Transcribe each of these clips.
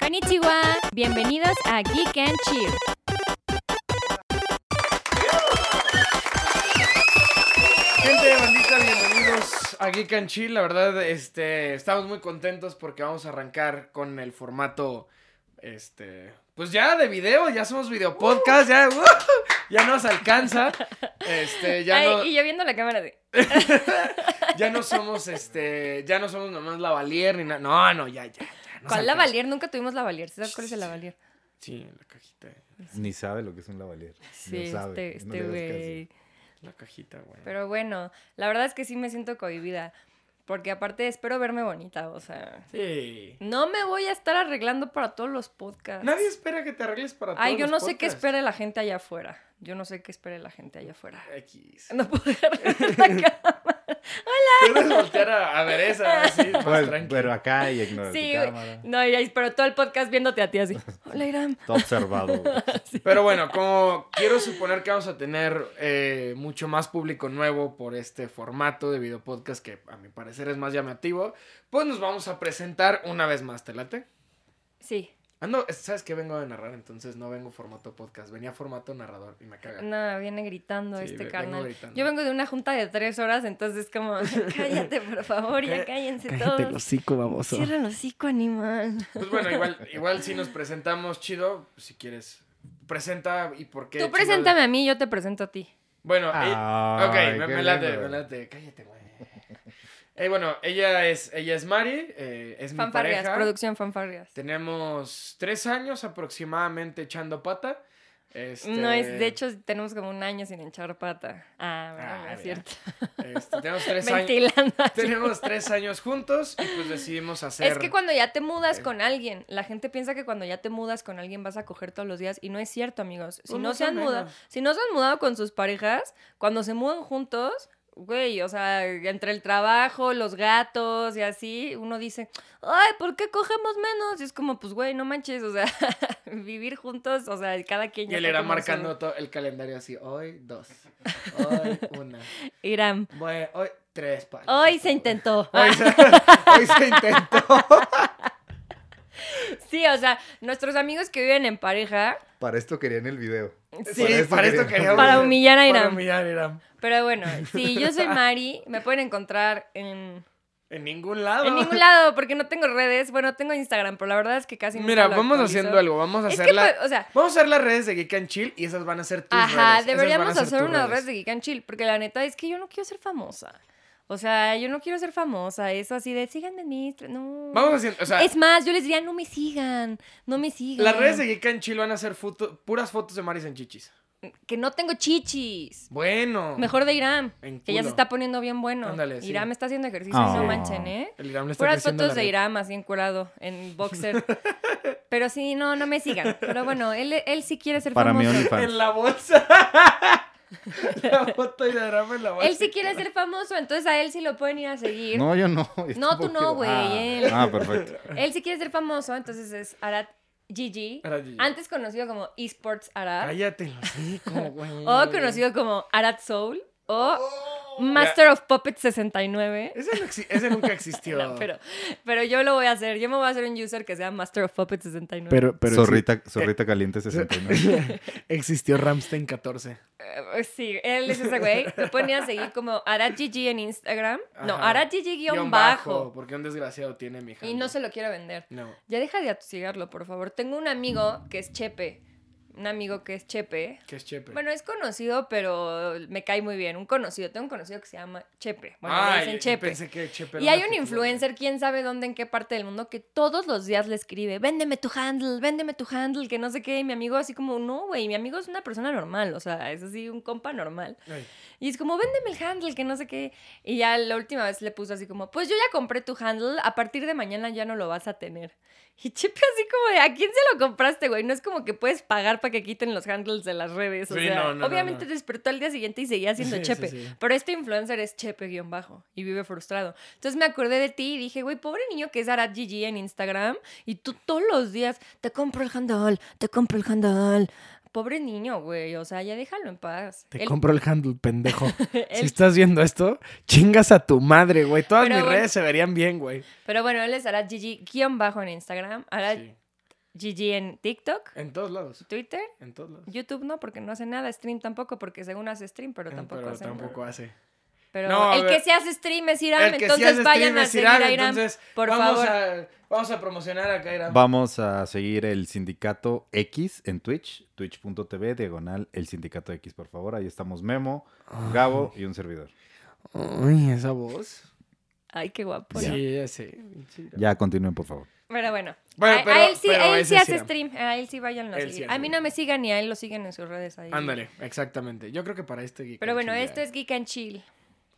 Konnichiwa. Bienvenidos a Geek and Chill. Gente, bandita, bienvenidos a Geek and Chill. La verdad, este, estamos muy contentos porque vamos a arrancar con el formato, este, pues ya de video, ya somos video podcast, ya, ¡uh! ya nos alcanza. Este, ya Ay, no, Y yo viendo la cámara de. ya no somos, este, ya no somos nomás Lavalier ni nada. No, no, ya, ya, ya. nos ¿Cuál alcanza. lavalier? Nunca tuvimos lavalier. ¿Sabes cuál es el lavalier? Sí, en la cajita, en Ni sabe lo que es un lavalier. Sí, no sabe, este, no este le hagas güey. la cajita, güey. Pero bueno, la verdad es que sí me siento cohibida. Porque aparte espero verme bonita, o sea. Sí. No me voy a estar arreglando para todos los podcasts. Nadie espera que te arregles para todos Ay, yo los no sé qué podcasts. espere la gente allá afuera. Yo no sé qué espere la gente allá afuera. X. No puedo agarrar la cámara. Puedes voltear a, a ver esa, así, más caso. Pues, tranqui. pero acá y ignora Sí, tu güey. cámara. No, y ahí- pero todo el podcast viéndote a ti así. Hola, Iram. Está observado. güey. Pero bueno, como quiero suponer que vamos a tener eh, mucho más público nuevo por este formato de videopodcast que a mi parecer es más llamativo, pues nos vamos a presentar una vez más, ¿te late? Sí. Ando, es- sabes que vengo de narrar, entonces no vengo formato podcast, venía formato narrador y me caga. No, viene gritando Sí, ve- este vengo carnal. gritando. Yo vengo de una junta de tres horas, entonces como, cállate, por favor, ya cállense todos. hocico, baboso. Cierra el hocico, animal. Pues bueno, igual, igual si nos presentamos chido, si quieres, presenta y por qué. Tú chingado- preséntame a mí, yo te presento a ti. Bueno, eh, Ok, Ay, me, qué me late, lindo. me late. Cállate, güey. Eh, bueno, ella es, ella es Mari, eh, es mi Fanfarrias, pareja. producción fanfarrias. Tenemos tres años aproximadamente echando pata. Este, No es, de hecho, tenemos como un año sin echar pata. Ah, bueno, Ah, no es mira. cierto. este, tenemos tres años. Ventilando. Tenemos tres años juntos y pues decidimos hacer. Es que cuando ya te mudas Eh. con alguien, la gente piensa que cuando ya te mudas con alguien vas a coger todos los días y no es cierto, amigos. Si Pues no más se o han mudado, menos. si no se han mudado con sus parejas, cuando se mudan juntos, güey, o sea, entre el trabajo, los gatos y así, uno dice, "Ay, ¿por qué cogemos menos?" Y es como, "Pues güey, no manches, o sea, vivir juntos, o sea, cada quien Y ya él está era como su- marcando todo el calendario así: hoy dos, hoy una, Irán. bueno, hoy tres. palos. Hoy se intentó. Hoy se, hoy se intentó. Sí, o sea, nuestros amigos que viven en pareja, Para esto querían el video. Sí, Para esto para esto queríamos- queríamos- Para humillar a Para Irán. humillar a Iram. Pero bueno, sí, yo soy Mari, me pueden encontrar en, En ningún lado. en ningún lado porque no tengo redes. Bueno, tengo Instagram, pero la verdad es que casi nunca Mira, lo vamos actualizo. haciendo algo, vamos a Es hacer que, la- pues, o sea, Vamos a hacer las redes de Geek and Chill y esas van a ser tus ajá, redes. esas deberíamos van a ser hacer tus unas redes de Geek and Chill porque la neta es que yo no quiero ser famosa. O sea, yo no quiero ser famosa. Eso así de síganme en mi Insta- No. Vamos haciendo, o sea, Es más, yo les diría no me sigan, no me sigan. las redes de Geek and Chill van a ser foto- puras fotos de Maris en chichis. Que no tengo chichis. Bueno. Mejor de Iram, En que ya se culo. está poniendo bien bueno. Ándale, sí. Iram está haciendo ejercicio, Ah. no manchen, ¿eh? El Iram le está Puras creciendo fotos la de red. Iram así encuerado en boxer. Pero sí, no, no me sigan. Pero bueno, él, él sí quiere ser Para mí, famoso. OnlyFans. En la bolsa. la foto de Iram en la bolsa. él sí quiere ser famoso, entonces a él sí lo pueden ir a seguir. No, yo no. No, tú no, güey, Ah, él. ah, perfecto. Él sí quiere ser famoso, entonces es Arad Gigi, Arad Gigi. antes conocido como Esports Arad, Cállate, lo sé, como güey. o Oh, conocido como Arad Soul, o Master of Puppet 69. Oh. Ese, no exi- ese nunca existió. No, pero, pero yo lo voy a hacer, yo me voy a hacer un user que sea Master of Puppet 69. zorrita, zorrita caliente 69. existió Ramstein 14. Eh, Sí, él es ese güey. Lo pueden ir a seguir como Arad Gigi en Instagram. No, Ajá. Arad Gigi guión bajo. Porque un desgraciado tiene mi hija. Y no se lo quiero vender. No. Ya deja de atosigarlo, por favor. Tengo un amigo que es Chepe. Un amigo que es Chepe. Que es chepe. Bueno, es conocido, pero me cae muy bien. Un conocido. Tengo un conocido que se llama Chepe. Bueno, le Ay, dicen Chepe. pensé que Chepe Y era hay una un figura. influencer, quién sabe dónde, en qué parte del mundo, que todos los días le escribe, véndeme tu handle, véndeme tu handle, que no sé qué. Y mi amigo así como, no, güey, mi amigo es una persona normal, o sea, es así un compa normal. Ay. Y es como, véndeme el handle, que no sé qué. Y ya la última vez le puso así como, pues yo ya compré tu handle, a partir de mañana ya no lo vas a tener. Y Chepe así como de, ¿a quién se lo compraste, güey? No es como que puedes pagar para que quiten los handles de las redes. O Sí, sea, no, no, no, obviamente no. despertó al día siguiente y seguía siendo Sí, sí, Chepe. sí. Pero este influencer es Chepe guión bajo y vive frustrado. Entonces me acordé de ti y dije, güey, pobre niño que es Arad Gigi en Instagram y tú todos los días te compro el handle, te compro el handle. Pobre niño, güey, o sea, ya déjalo en paz. Te Él- compro el handle, pendejo. Si él- estás viendo esto, chingas a tu madre, güey. Todas Pero mis bueno. redes se verían bien, güey. Pero bueno, él es Arad Gigi guión bajo en Instagram. Arad Sí. Gigi en TikTok, En todos lados. Twitter, En todos lados. YouTube no, porque no hace nada. Stream tampoco, porque según hace stream, pero Eh, tampoco Pero hace tampoco nada. hace. Pero No, a el ver. que se hace stream es Iram, El que sí entonces hace vayan stream a es seguir Irán, a Iram, entonces por vamos favor. a- vamos a promocionar acá, Irán. Vamos a seguir el Sindicato X en Twitch, twitch.tv, diagonal, el Sindicato X, por favor. Ahí estamos Memo, Gabo y un servidor. Uy, esa voz. Ay, qué guapo. Ya. Sí, ya sé. Ya continúen, por favor. Pero bueno, Bueno, a, a pero- él sí, pero a él ese sí es hace Iram. stream, a él sí vayan a Él sí seguir. hace a mí no stream. me sigan ni a él lo siguen en sus redes ahí. Ándale, exactamente. Yo creo que para este Geek Pero and bueno, Chill ya- esto es Geek and Chill.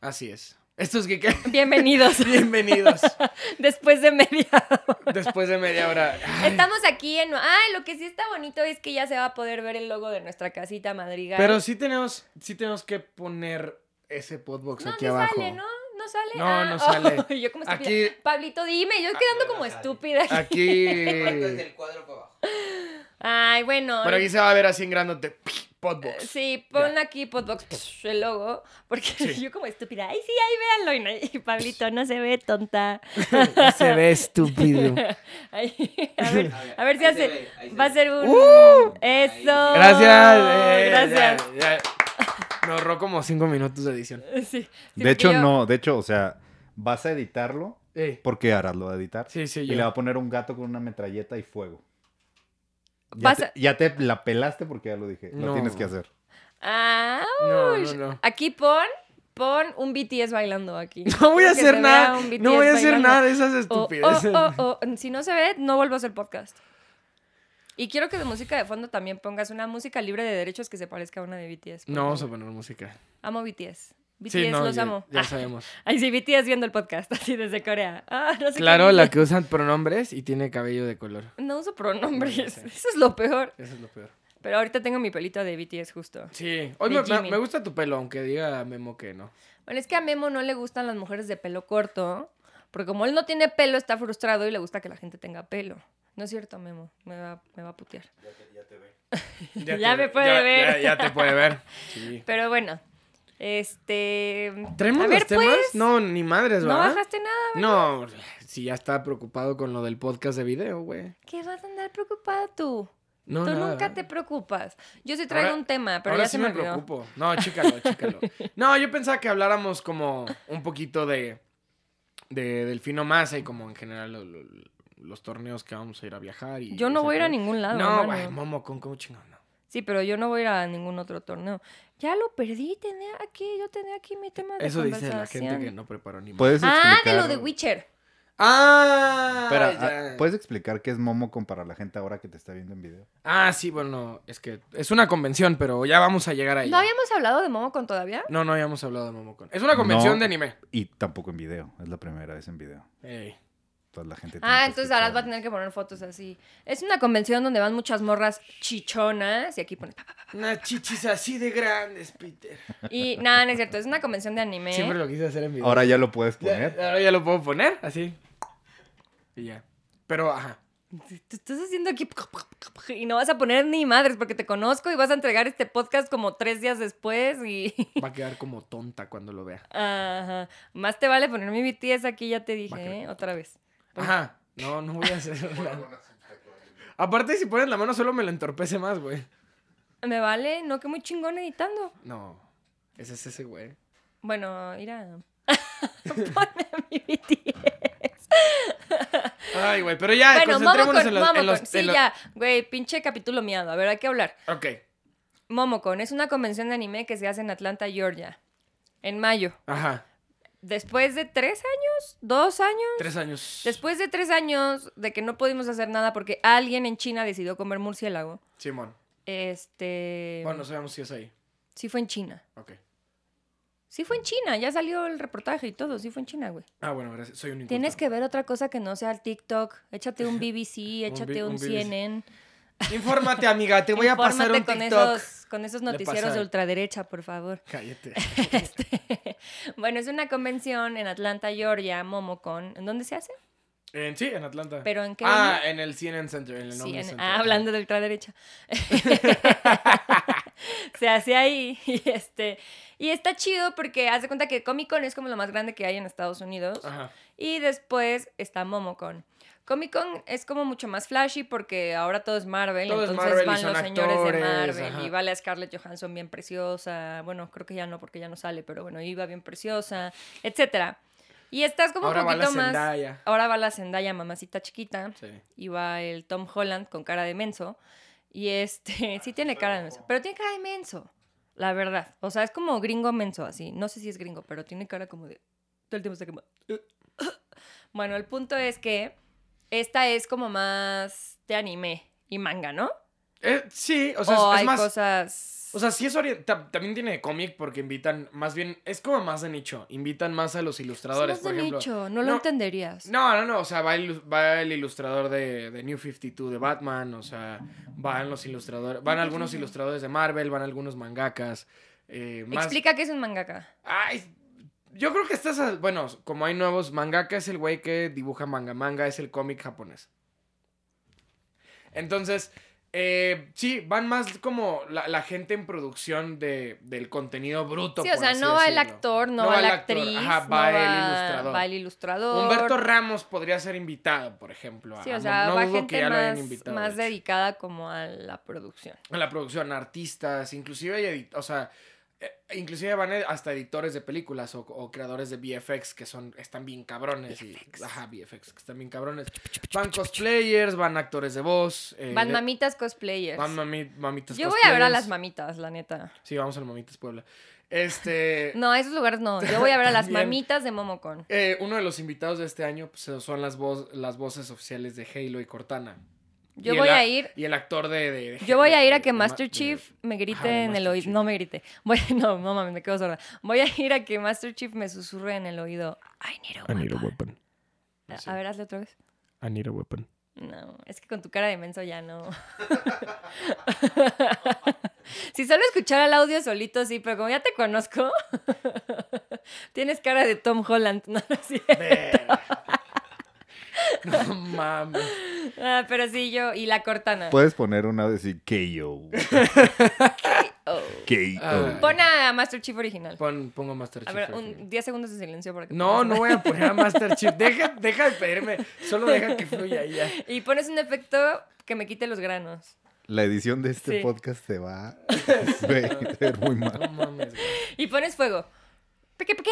Así es. Esto es Geek and- Bienvenidos Bienvenidos. después de media. Después de media hora. Ay, Estamos aquí en... Ah, lo que sí está bonito es que ya se va a poder ver el logo de nuestra casita madrigal. Pero sí tenemos, sí tenemos que poner ese podbox no, aquí no abajo. sale, ¿no? No sale. No, Ah, no oh, sale. yo como estúpida. Aquí- Ah, Pablito, dime, yo quedando como estúpida. aquí. Aquí. cuadro para abajo. Ay, bueno. Pero aquí se va a ver así en grandote. Podbox. Sí, pon aquí Podbox psh, el logo, porque yo como estúpida, ay sí, ahí véanlo, y, no- y Pablito no se ve tonta. Se ve estúpido. Ay, a, ver, a ver si Ahí se hace, ve, ahí se va a ve. ser un... Ahí se ¡Uh! ¡Eso! ve. Gracias. eh, Oh, Gracias. ya, ya. Me ahorró como cinco minutos de edición. Sí, sí, porque De hecho, yo- no, de hecho, o sea, vas a editarlo Ey, porque Aras lo va a editar. Sí, sí, y yo. le va a poner un gato con una metralleta y fuego. Ya, Vas a- te, ya te la pelaste porque ya lo dije. No. Lo tienes que hacer. Ah, No, uy. no, no. Aquí pon, pon un BTS bailando aquí. No voy a Que hacer se nada. vea un No voy a BTS hacer bailando. Oh, nada de esas O, estupideces. o, o, o, Si no se ve, no vuelvo a hacer podcast. Y quiero que de música de fondo también pongas una música libre de derechos que se parezca a una de BTS. por No vamos favor. a poner música. Amo BTS. BTS Sí, no, los ya- amo. Ya Ah, sabemos. Ay, sí, BTS viendo el podcast, así desde Corea. Ah, no sé Claro, qué la dice. que usan pronombres y tiene cabello de color. No uso pronombres, No, ya sé. eso es lo peor. Eso es lo peor. Pero ahorita tengo mi pelito de BTS justo. Sí. Hoy De me, me- Jimin. me gusta tu pelo, aunque diga Memo que no. Bueno, es que a Memo no le gustan las mujeres de pelo corto, porque como él no tiene pelo, está frustrado y le gusta que la gente tenga pelo. No es cierto, Memo, me va, me va a putear. te- Ya me puede ver. Ya, ya te puede ver. Sí. Pero bueno, este... ¿Traemos a ver, los temas? pues, No, ni madres, no ¿verdad? bajaste nada. No, si ya está preocupado con lo del podcast de video, güey. ¿Qué vas a andar preocupada tú? No, tú nada. nunca te preocupas. Yo sí traigo Ahora- un tema, pero Ahora ya sí se me, me, olvidó. preocupo. No, chícalo, chícalo. No, yo pensaba que habláramos como un poquito de, de Delfino Massa y como en general lo- lo- los torneos que vamos a ir a viajar. Y Yo no ese voy a ir a pedo. ningún lado. No, hermano. güey, Momo, ¿con cómo chingón? No. Sí, pero yo no voy a ir a ningún otro torneo. Ya lo perdí, tenía aquí, yo tenía aquí mi tema de Eso dice la conversación. gente que no preparó ni madre. ¿Puedes Ah, explicar... de lo de Witcher. ¡Ah! Espera, ya. ah, ¿puedes explicar qué es Momocon para la gente ahora que te está viendo en video? Ah, sí, bueno, es que es una convención, pero ya vamos a llegar ahí. ¿No habíamos hablado de Momocon todavía? No, no habíamos hablado de Momocon. Es una convención No. de anime. Y tampoco en video, es la primera vez en video. Ey. Entonces la gente tiene Ah, que entonces escuchar. Arad va a tener que poner fotos así. Es una convención donde van muchas morras chichonas y aquí pones. pa, pa, pa. Unas chichis así de grandes, Peter. Y nada, no es cierto, es una convención de anime. Siempre lo quise hacer en video. Ahora ya lo puedes Ya- poner. ahora ya lo puedo poner, así. Y ya. Pero, ajá. Te estás haciendo aquí y no vas a poner ni madres porque te conozco y vas a entregar este podcast como tres días después y. Va a quedar como tonta cuando lo vea. Ajá. Más te vale poner mi BTS aquí, ya te dije, Va, que- ¿eh? Otra vez. Ajá. No, no voy a hacer nada. Aparte, si pones la mano, solo me lo entorpece más, güey. Me vale, no que muy chingón editando. No. Ese es ese, güey. Bueno, mira. Ponme mi BTS. Ay, güey, pero ya, bueno, Ah, concentrémonos Momocon, en los... en Momocon. los- en Sí, los- ya, güey, pinche capítulo miado. A ver, hay que hablar. Ok. Momocon es una convención de anime que se hace en Atlanta, Georgia, en mayo. Ajá. Después de tres años, dos años. Tres años. Después de tres años de que no pudimos hacer nada porque alguien en China decidió comer murciélago. Simón. Este. Bueno, no sabemos si es ahí. Sí fue en China. Ok. Sí fue en China, ya salió el reportaje y todo, sí fue en China, güey. Ah, bueno, gracias. Soy un inculto. Tienes que ver otra cosa que no sea el TikTok. Échate un BBC, Un échate B- un, un BBC. CNN. Infórmate, amiga. Te voy a pasar un Infórmate con TikTok. esos, con esos Le noticieros pasa- de ultraderecha, por favor. Cállate. Este, bueno, es una convención en Atlanta, Georgia, Momocon. ¿En dónde se hace? En- sí, en Atlanta. ¿Pero en qué Ah, año? en el CNN Center. En el Sí, Omni en- Center. ah, hablando de ultraderecha. se hace ahí y este y está chido porque haz de cuenta que Comic Con es como lo más grande que hay en Estados Unidos Ajá. Y después está Momocon. Comic Con es como mucho más flashy porque ahora todo es Marvel, Todo es entonces Marvel y van son los señores de actores, Marvel ajá. y va la Scarlett Johansson bien preciosa, bueno, creo que ya no porque ya no sale, pero bueno, iba bien preciosa, etcétera. Y estás como Ahora un va la poquito más Zendaya. Ahora va la Zendaya, mamacita chiquita. Sí. Y va el Tom Holland con cara de menso. Y este, sí tiene cara de menso. Pero tiene cara de menso, la verdad. O sea, es como gringo menso, así. No sé si es gringo, pero tiene cara como de... Todo el tiempo está como... Bueno, el punto es que esta es como más de anime y manga, ¿no? Eh, sí, o O, sea, es- es, hay más. cosas... O sea, sí es orien- ta- También tiene cómic porque invitan, más bien, es como más de nicho. Invitan más a los ilustradores, Somos por de ejemplo. nicho, no, lo No. entenderías. No, no, no, o sea, va el, va el ilustrador de, de New 52 de Batman, o sea, van los ilustradores, van algunos ilustradores de Marvel, van algunos mangakas. eh, más... Explica qué es un mangaka. Ay, yo creo que estás, a- bueno, como hay nuevos, mangaka es el güey que dibuja manga, manga es el cómic japonés. Entonces, eh, sí, van más como la, la gente en producción de, del contenido bruto. Sí, o por sea, así no va el decirlo. actor, no, No va va la el actor, actriz, ajá, no va el ilustrador. va el ilustrador. Humberto Ramos podría ser invitado, por ejemplo. a- Sí, o a- sea, no va dudo que gente ya lo hayan más, invitado. más de hecho. dedicada como a la producción. a la producción, artistas, inclusive hay edi- o sea, eh, inclusive van e- hasta editores de películas o, o creadores de VFX que son están bien cabrones y- ajá, VFX que están bien cabrones. Van cosplayers, van actores de voz, eh, Van de- mamitas cosplayers. van mami- mamitas Yo voy a ver a cosplayers. las mamitas, la neta. Sí, vamos a las mamitas Puebla. Este No, a esos lugares no. Yo voy a ver a las También. mamitas de Momocon. eh, uno de los invitados de este año pues, son las, voz- las voces oficiales de Halo y Cortana. Yo Y el voy a- a ir. Y el actor de. de- de- Yo voy a ir a de- que de- Master de- Chief me grite Ajá, de en el ah, Master oído. Chief. No me grite. Voy, no, no mames, me quedo sorda. Voy a ir a que Master Chief me susurre en el oído. I need a weapon". weapon. A- Sí. A ver, hazle otra vez. I need a weapon. No, es que con tu cara de menso ya no. si solo escuchara el audio solito, sí, pero como ya te conozco, tienes cara de Tom Holland, ¿no? no es cierto. No mames. Ah, pero sí, yo, y la cortana. Pues- Puedes poner una de decir KO. Oh. KO. Ah. Pon a Master Chief original. Pon- pongo Master A Chief. ver, al final. un 10 segundos de silencio para que No, pongas no una- voy a poner a Master Chief. Deja, deja de pedirme. Solo deja que fluya y ya. Y pones un efecto que me quite los granos. La edición de este Sí. podcast te va güey, te va a ver muy mal. No mames. güey. Y pones fuego. Peque, peque,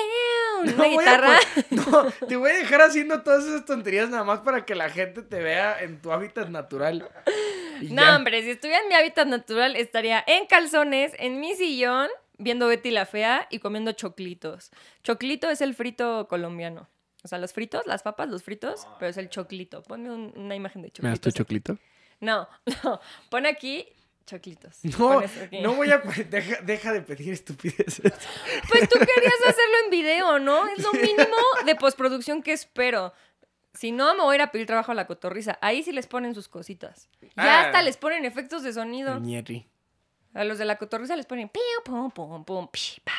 una No voy a guitarra. pon- no, te voy a dejar haciendo todas esas tonterías nada más para que la gente te vea en tu hábitat natural. Y No, ya. hombre, si estuviera en mi hábitat natural, estaría en calzones, en mi sillón, viendo Betty la Fea y comiendo choclitos. Choclito es el frito colombiano. O sea, los fritos, las papas, los fritos, Ah. pero es el choclito. Ponme un- una imagen de choclitos. aquí. choclito? No, no. Pon aquí choclitos. No, Pon eso aquí. no voy a. Deja, deja de pedir estupideces. Pues tú querías hacerlo en video, ¿no? Es lo mínimo de postproducción que espero. Si no, me voy a ir a pedir trabajo a la cotorriza. Ahí sí les ponen sus cositas. Ya Ah. hasta les ponen efectos de sonido. Ñerri. A los de la cotorriza les ponen piu, pum, pum, pum, pi, pa.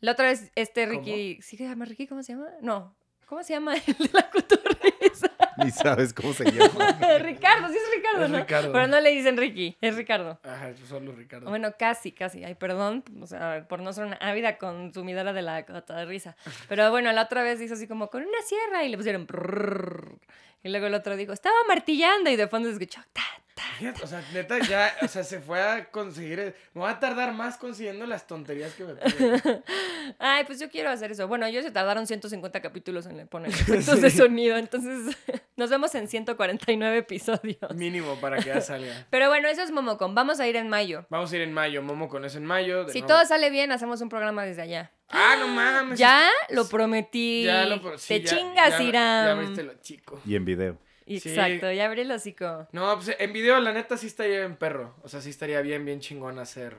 La otra vez, este Ricky, ¿sí que se llama Ricky? ¿Cómo se llama? No, ¿cómo se llama el de la cotorriza? Ni sabes cómo se llama. Ricardo, sí es Ricardo, Es ¿no? Ricardo. Pero no le dicen Ricky, es Ricardo. Ajá, solo Ricardo. Bueno, casi, casi. Ay, perdón, o sea, por no ser una ávida consumidora de la cotorriza. Pero bueno, la otra vez hizo así como con una sierra y le pusieron prrrr. Y luego el otro dijo, estaba martillando y de fondo se escuchó ta, ta. Fíjate, O sea, neta, ya, o sea, se fue a conseguir. Me voy a tardar más consiguiendo las tonterías que me piden. Ay, pues yo quiero hacer eso. Bueno, ellos se tardaron 150 capítulos en poner efectos de Sí. sonido, entonces nos vemos en 149 episodios. Mínimo para que ya salga. Pero bueno, eso es Momocon. Vamos a ir en mayo. Vamos a ir en mayo, Momo con eso en mayo. de Si nuevo. todo sale bien, hacemos un programa desde allá. Ah, no mames. Ya lo prometí. Ya lo pro- sí, Te ya- chingas, ya- Iram. Ya abriste lo chico. Y en video. Sí. Exacto, ya abrí el hocico. No, pues en video, la neta, sí estaría bien perro. O sea, sí estaría bien, bien chingón hacer.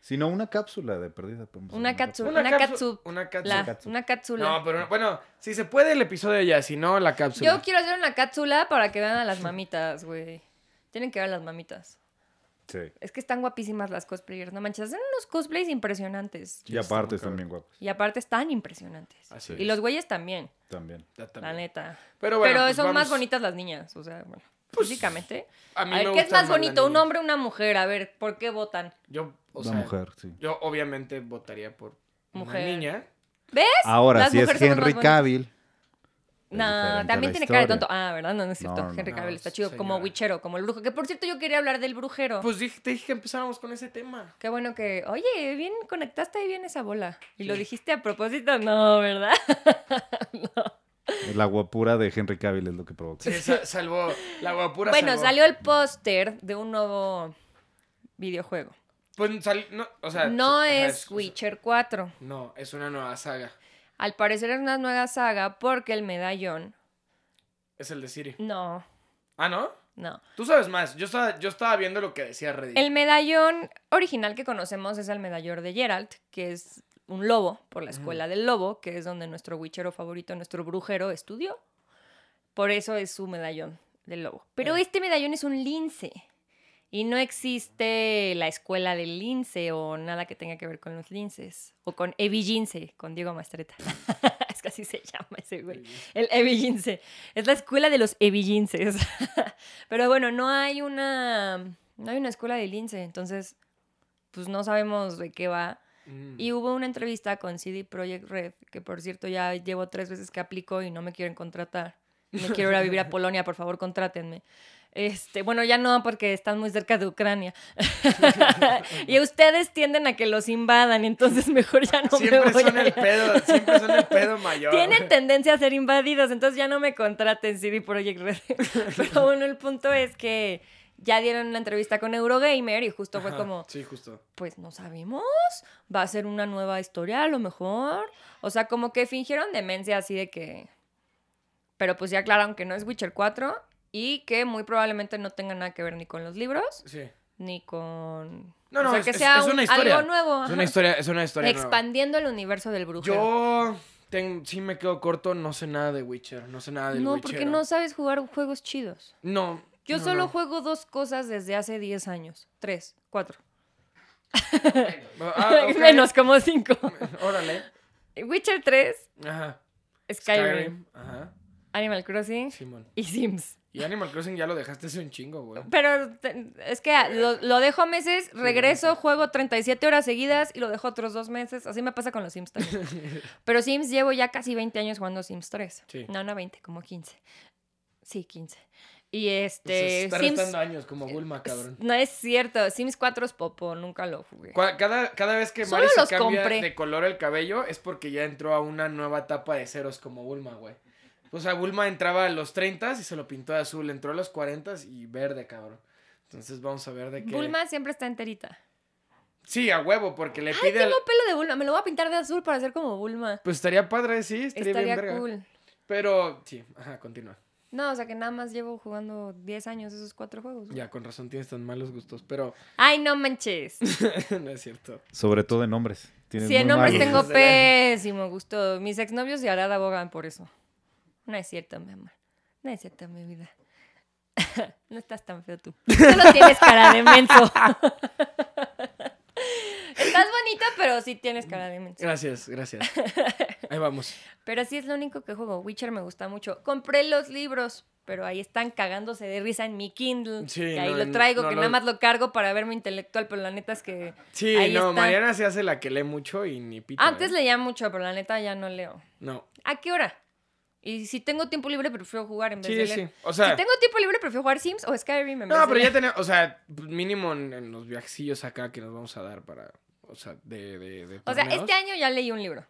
Si no, una cápsula de perdida. podemos hacer Una cápsula. Una cápsula- catsup. Una cápsula. La- una cápsula. No, pero bueno, si se puede el episodio ya, si no, la cápsula. Yo quiero hacer una cápsula para que vean a las mamitas, güey. Tienen que ver a las mamitas. Sí. Es que están guapísimas las cosplayers, no manches. Hacen unos cosplays impresionantes. Y aparte están bien guapos. Y aparte están impresionantes. Así y los güeyes también, También. Ya la también. neta. Pero bueno, Pero pues son más vamos- Pues, bonitas las niñas, o sea, bueno, físicamente. A A, mí ver, me ¿qué es gustan más las bonito, un niñas. hombre o una mujer? A ver, ¿por qué votan? Yo, o La sea, mujer, sí. Yo obviamente votaría por Mujer. una niña. ¿Ves? Ahora, Las si es mujeres son las Henry más bonitas. Cavill, es No, diferente a también la tiene cara de historia. tonto. Ah, ¿verdad? No, no es cierto. No, no, Henry no, Cavill está chido. Como señora. Wichero, como el brujo. Que por cierto, yo quería hablar del brujero. Pues dije, te dije que empezáramos con ese tema. Qué bueno que, oye, bien conectaste ahí bien esa bola. Y lo dijiste a propósito, no, ¿verdad? La guapura de Henry Cavill es lo que provoca. Sí, sa- salvó la guapura. bueno, salvó. salió el póster de un nuevo videojuego. Pues sal- no, o sea, No ajá, es Witcher 4. No, es una nueva saga. Al parecer es una nueva saga porque el medallón. Es el de Siri. No, Ah, ¿no? no. Tú sabes más. Yo estaba, yo estaba viendo lo que decía Reddit. El medallón original que conocemos es el medallón de Geralt, que es un lobo, por la escuela del lobo, que es donde nuestro witchero favorito, nuestro brujero, estudió. Por eso es su medallón del lobo. Pero Eh. este medallón es un lince. Y no existe la escuela del lince o nada que tenga que ver con los linces. O con Evi Lince, con Diego Mastreta. es que así se llama ese güey. El Evillince. Es la escuela de los Evillinces. Pero bueno, no hay una. No hay una escuela de lince, entonces, pues no sabemos de qué va. Mm. Y hubo una entrevista con CD Projekt Red, que por cierto ya llevo tres veces que aplico y no me quieren contratar. Me quiero ir a vivir a Polonia, por favor, contrátenme. Este, bueno, ya no, porque están muy cerca de Ucrania. y ustedes tienden a que los invadan, entonces mejor ya no me siempre voy son a el ir. pedo, siempre son el pedo mayor. Tienen tendencia a ser invadidos, entonces ya no me contraten CD Projekt Red. Pero bueno, el punto es que ya dieron una entrevista con Eurogamer y justo fue Ajá, como, Sí, justo. pues no sabemos, va a ser una nueva historia a lo mejor. O sea, como que fingieron demencia así de que... Pero pues ya aclararon que no es Witcher 4 y que muy probablemente no tenga nada que ver ni con los libros, Sí. ni con... No, no, o sea, es- que es- sea es un- una historia. algo nuevo. Es ajá. una historia, es una historia nueva. Expandiendo el universo del brujo. Yo ten- sí me quedo corto, no sé nada de Witcher, no sé nada del No, Witcher. porque no sabes jugar juegos chidos. No. Yo no, solo no. juego dos cosas desde hace 10 años. Tres, cuatro. Ah, ok. Menos como cinco. Órale. Witcher 3, Ajá. Skyrim, Ajá. Animal Crossing Simón. y Sims. Y Animal Crossing ya lo dejaste hace un chingo, güey. Pero te- es que lo, lo dejo meses, regreso, juego 37 horas seguidas y lo dejo otros dos meses. Así me pasa con los Sims también. Pero Sims llevo ya casi 20 años jugando Sims 3. Sí. No, no 20, como 15. Sí, 15. Y Se este, está Sims... restando años como Bulma, cabrón. No es cierto, Sims 4 es popo, nunca lo jugué. Cua- Cada, cada vez que Solo Mari se los cambia compré. de color el cabello es porque ya entró a una nueva etapa de ceros como Bulma, güey. O sea, Bulma entraba a los 30 y se lo pintó de azul, entró a los 40 y verde, cabrón. Entonces vamos a ver de qué. Bulma siempre está enterita. Sí, a huevo, porque le pide. al- Tengo pelo de Bulma, me lo voy a pintar de azul para ser como Bulma. Pues estaría padre, sí, estaría, bien Estaría verga. cool. Pero, sí, ajá, continúa. No, o sea que nada más llevo jugando 10 años esos cuatro juegos. Ya, con razón tienes tan malos gustos, pero Ay, no manches. no es cierto. Sobre todo en nombres. Tienes Si en muy hombres malos tengo gustos. pésimo gusto. Mis exnovios y Arada abogan por eso. No es cierto, mi amor. No es cierto, mi vida. no estás tan feo tú. Solo tienes cara de menso. estás bonita, pero sí tienes cara de menso. Gracias, gracias. Ahí vamos. Pero sí es lo único que juego. Witcher me gusta mucho. Compré los libros, pero ahí están cagándose de risa en mi Kindle. Sí, que ahí no, lo traigo, no que lo- nada más lo cargo para verme intelectual, pero la neta es que. Sí, Ahí no, está. Mariana se hace la que lee mucho y ni pita. Antes ¿eh? leía mucho, pero la neta ya no leo. No. ¿A qué hora? Y si tengo tiempo libre, prefiero jugar en vez Sí, de leer. sí. O sea. si tengo tiempo libre, prefiero jugar Sims o Skyrim en vez No, de pero ya leer. tenemos, o sea, mínimo en, en los viajecillos acá que nos vamos a dar para, o sea, de, de, de O sea, torneos. este año ya leí un libro.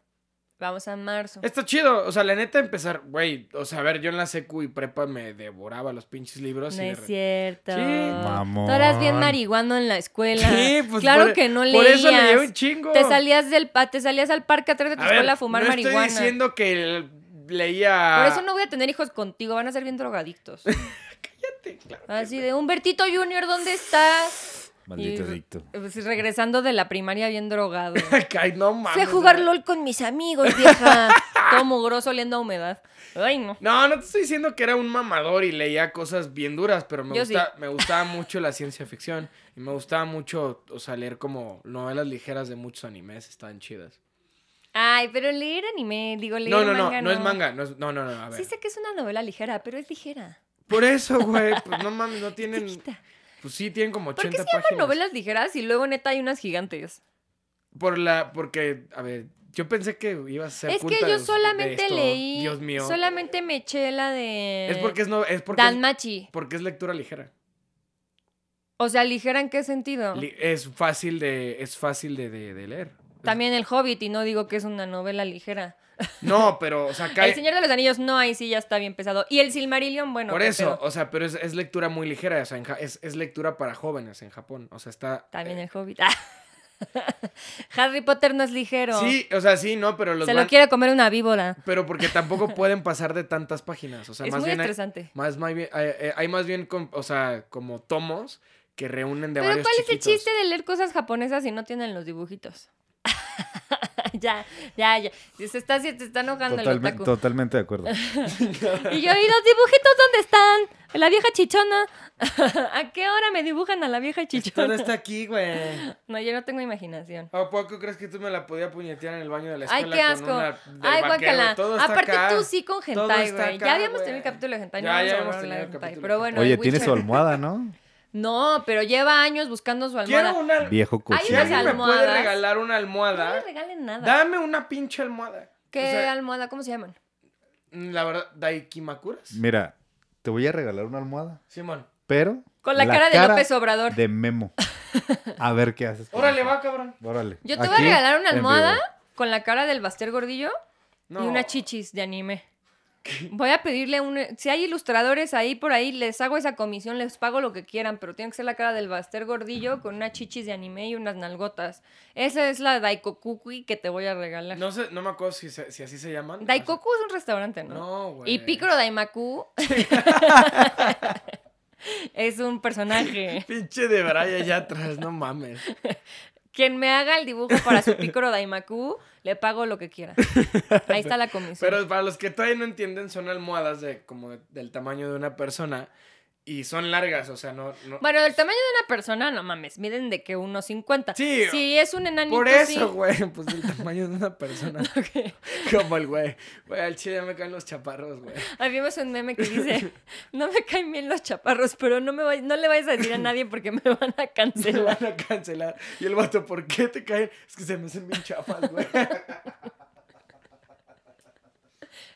Vamos a marzo. Está chido, o sea, la neta empezar, güey, o sea, a ver, yo en la secu y prepa me devoraba los pinches libros. No y de es re- cierto. Sí. Mamón. Tú eras bien marihuano en la escuela. Sí, pues claro por- que no leías. Por eso leía un chingo. Te salías del pa- te salías al parque atrás de tu A ver, escuela a fumar no marihuana. estoy diciendo que el- leía... Por eso no voy a tener hijos contigo, van a ser bien drogadictos. Sí, claro. Así de Humbertito Junior, ¿dónde estás? Maldito Y- adicto. Pues, regresando de la primaria bien drogado. Ay, no mames. Fui a jugar güey. LOL con mis amigos, vieja. Todo mugroso oliendo a humedad. Ay, no. No, no te estoy diciendo que era un mamador y leía cosas bien duras, pero me, Yo gusta, me gustaba mucho la ciencia ficción. Y me gustaba mucho, o sea, leer como novelas ligeras de muchos animes, estaban chidas. Ay, pero leer anime, digo, leer No, no, manga. no, no es manga. No, es- no, no, no, a ver. Sí sé que es una novela ligera, pero es ligera. Por eso, güey, pues no mames, no tienen... Chiquita. Pues sí, tienen como ¿Por 80 qué se páginas. llaman novelas ligeras y luego neta hay unas gigantes? Por la, porque, a ver, Yo pensé que ibas a ser Es que culta yo de- de solamente esto. leí. Dios mío. Solamente me eché la de. Es porque es no, es porque Dan es- Machi. porque es lectura ligera. O sea, ligera en qué sentido. Li- Es fácil de es fácil de, de- de leer. También El Hobbit, y no digo que es una novela ligera. No, pero o sea, cae- El Señor de los Anillos, no, ahí sí ya está bien pesado. Y el Silmarillion, bueno. por qué eso, pedo. o sea, pero es, es lectura muy ligera, o sea, en Ja- es, es lectura para jóvenes en Japón, o sea, está También eh, el Hobbit. Ah. Harry Potter no es ligero. Sí, o sea, sí, no, pero los Se van- lo quiere comer una víbora. pero porque tampoco pueden pasar de tantas páginas, o sea, es más muy bien hay, estresante. más, más bien hay, eh, hay más bien com- o sea, como tomos que reúnen de Pero ¿cuál varios es el chiquitos. chiste de leer cosas japonesas si no tienen los dibujitos? ya, ya, ya. Se está, se está enojando Totalme- el otaku. totalmente de acuerdo. Y yo, ¿y los dibujitos dónde están? La vieja chichona. ¿A qué hora me dibujan a la vieja Todo chichona? está aquí, güey. No, yo no tengo imaginación. ¿A poco crees que tú me la podía puñetear en el baño de la Ay, escuela? qué asco. Con una del Ay, vaquero? guácala. Todo está Aparte acá. tú sí con Todo hentai, está güey. acá, Ya habíamos güey. tenido el capítulo de hentai. Ya, no ya vamos habíamos a hablar tenido de el hentai, capítulo Pero de bueno, Oye, el tiene su Witcher- almohada, ¿no? No, pero lleva años buscando su almohada. Quiero una... Viejo Hay Si cochino. unas alguien me puede almohadas. regalar una No le almohada, regalen nada. dame una pinche almohada. ¿Qué O sea, almohada? ¿Cómo se llaman? la verdad, ¿Daikimakuras? Mira, te voy a regalar una almohada, Simón. pero... Con la, cara de López Obrador. De Memo. A ver qué haces. con Órale, eso. va, cabrón. Órale. Yo te voy a Aquí, regalar una en vivo. almohada con la cara del Baster Gordillo No. y una chichis de anime. Voy a pedirle un... Si hay ilustradores ahí por ahí, les hago esa comisión, les pago lo que quieran, pero tiene que ser la cara del Baster Gordillo con una chichis de anime y unas nalgotas. Esa es la Daikokukui que te voy a regalar. No sé, no me acuerdo si, se- si así se llaman. Daikoku es un restaurante, ¿no? No, güey. y Picro Daimaku es un personaje. Pinche de Braya allá atrás, no mames. Quien me haga el dibujo para su Picro Daimaku, le pago lo que quiera. Ahí está la comisión. Pero para los que todavía no entienden, son almohadas de como de- del tamaño de una persona y son largas, o sea, no... no... Bueno, del tamaño de una persona, no mames, miden de que unos 50. Sí. Si es un enanito, Por sí. eso, güey, pues del tamaño de una persona. Ok. Como el güey. Güey, al chile ya me caen los chaparros, güey. Habíamos un meme que dice, no me caen bien los chaparros, pero no, me vay- no le vayas a decir a nadie porque me van a Se cancelar. van a cancelar. Y el vato, ¿por qué te caen? Es que se me hacen bien chafas, güey.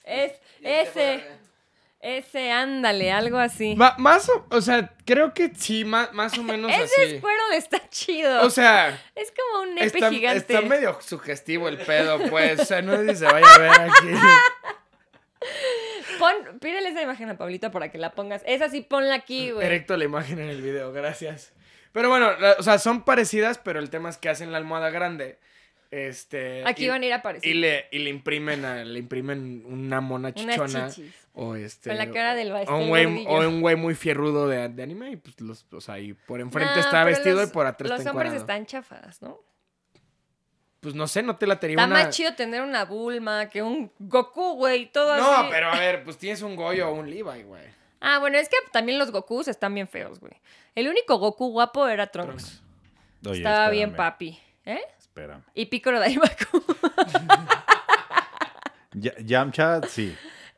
Es, ese, ese, ándale, algo así. Ma- más o, o sea, creo que sí, ma- más, o menos ese así. es cuero de está chido. O sea, es como un nepe está, gigante. está medio sugestivo el pedo, pues. O sea, no sé si se vaya a ver aquí. Pon, pídele esa imagen a Pablito para que la pongas. Esa sí, ponla aquí, güey. Erecto la imagen en el video, gracias. Pero bueno, la- o sea, son parecidas, pero el tema es que hacen la almohada grande. Este. Aquí y- van a ir a Y aparecer. le, y le imprimen a- le imprimen una mona chichona. Unas chichis. O este. Con la cara del o Baester un güey, Gordillo. o un güey muy fierrudo de, de anime. Y pues los, o sea, y por enfrente No, está pero vestido los- y por atrás Los está hombres encuadrado. están chafadas, ¿no? Pues no sé, no te la tenía Está una. más chido tener una Bulma que un Goku, güey, todo no, así. pero a ver, pues tienes un Goyo o un Levi, güey. Ah, bueno, es que también los Gokus están bien feos, güey. El único Goku guapo era Trunks. Trunks. Oye, Estaba bien espérame, papi, ¿eh? Espérame. Y Piccolo Daimaku. Ya- Yamcha, sí.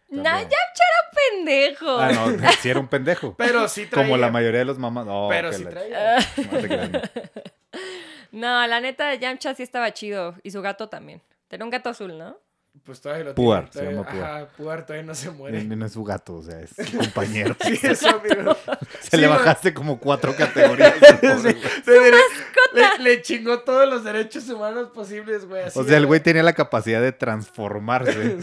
No, también. Yamcha pendejo. Ah, no, sí era un pendejo. Pero sí traía. Como la mayoría de los mamás. No, Pero que sí la- traía. no te creas. No, la neta, Yamcha sí estaba chido. Y su gato también. Tenía un gato azul, ¿no? Pues todavía lo tiene, Puar, todavía- se llama Puar. Ajá, Puar todavía no se muere. No es su gato, o sea, es su compañero. Sí, eso, amigo. Se Sí, le güey. bajaste como cuatro categorías. al pobre, güey. Le- le, le chingó todos los derechos humanos posibles, güey. así O sea, el de- güey tenía la capacidad de transformarse.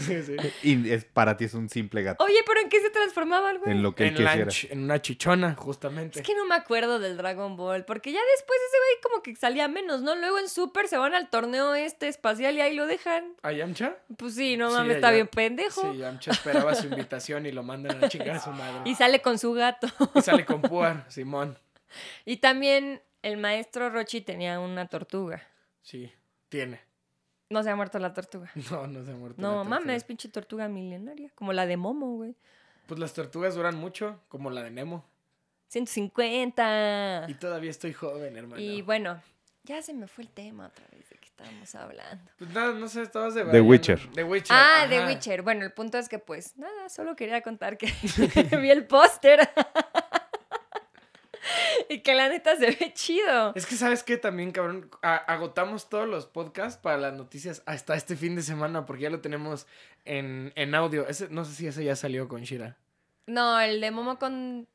Sí, sí. Y es, para ti es un simple gato. Oye, pero ¿en qué se transformaba el güey? En lo que él En, quisiera. lunch, en una chichona, justamente. Es que no me acuerdo del Dragon Ball, porque ya después ese güey como que salía menos, ¿no? Luego en Super se van al torneo este espacial y ahí lo dejan. ¿A Yamcha? Pues sí, no Sí, mames, está allá. bien pendejo. Sí, Yamcha esperaba su invitación y lo mandan a chingar a su madre. Y sale con su gato. Y sale con Puar, Simón. Y también el maestro Rochi tenía una tortuga. Sí, tiene. No se ha muerto la tortuga. No, no se ha muerto. la No tortuga. mames, pinche tortuga milenaria. Como la de Momo, güey. Pues las tortugas duran mucho, como la de Nemo. 150. Y todavía estoy joven, hermano. Ah. Y bueno, ya se me fue el tema otra vez de que estábamos hablando. Pues nada, no sé, estabas de... The Witcher. The Witcher. Ah, de ajá. Witcher. Bueno, el punto es que pues nada, solo quería contar que vi el póster. Y que la neta se ve chido. Es que sabes que también, cabrón, A- agotamos todos los podcasts para las noticias hasta este fin de semana porque ya lo tenemos en, en audio. Ese, no sé si ese ya salió con Shira. No, el de Momo con.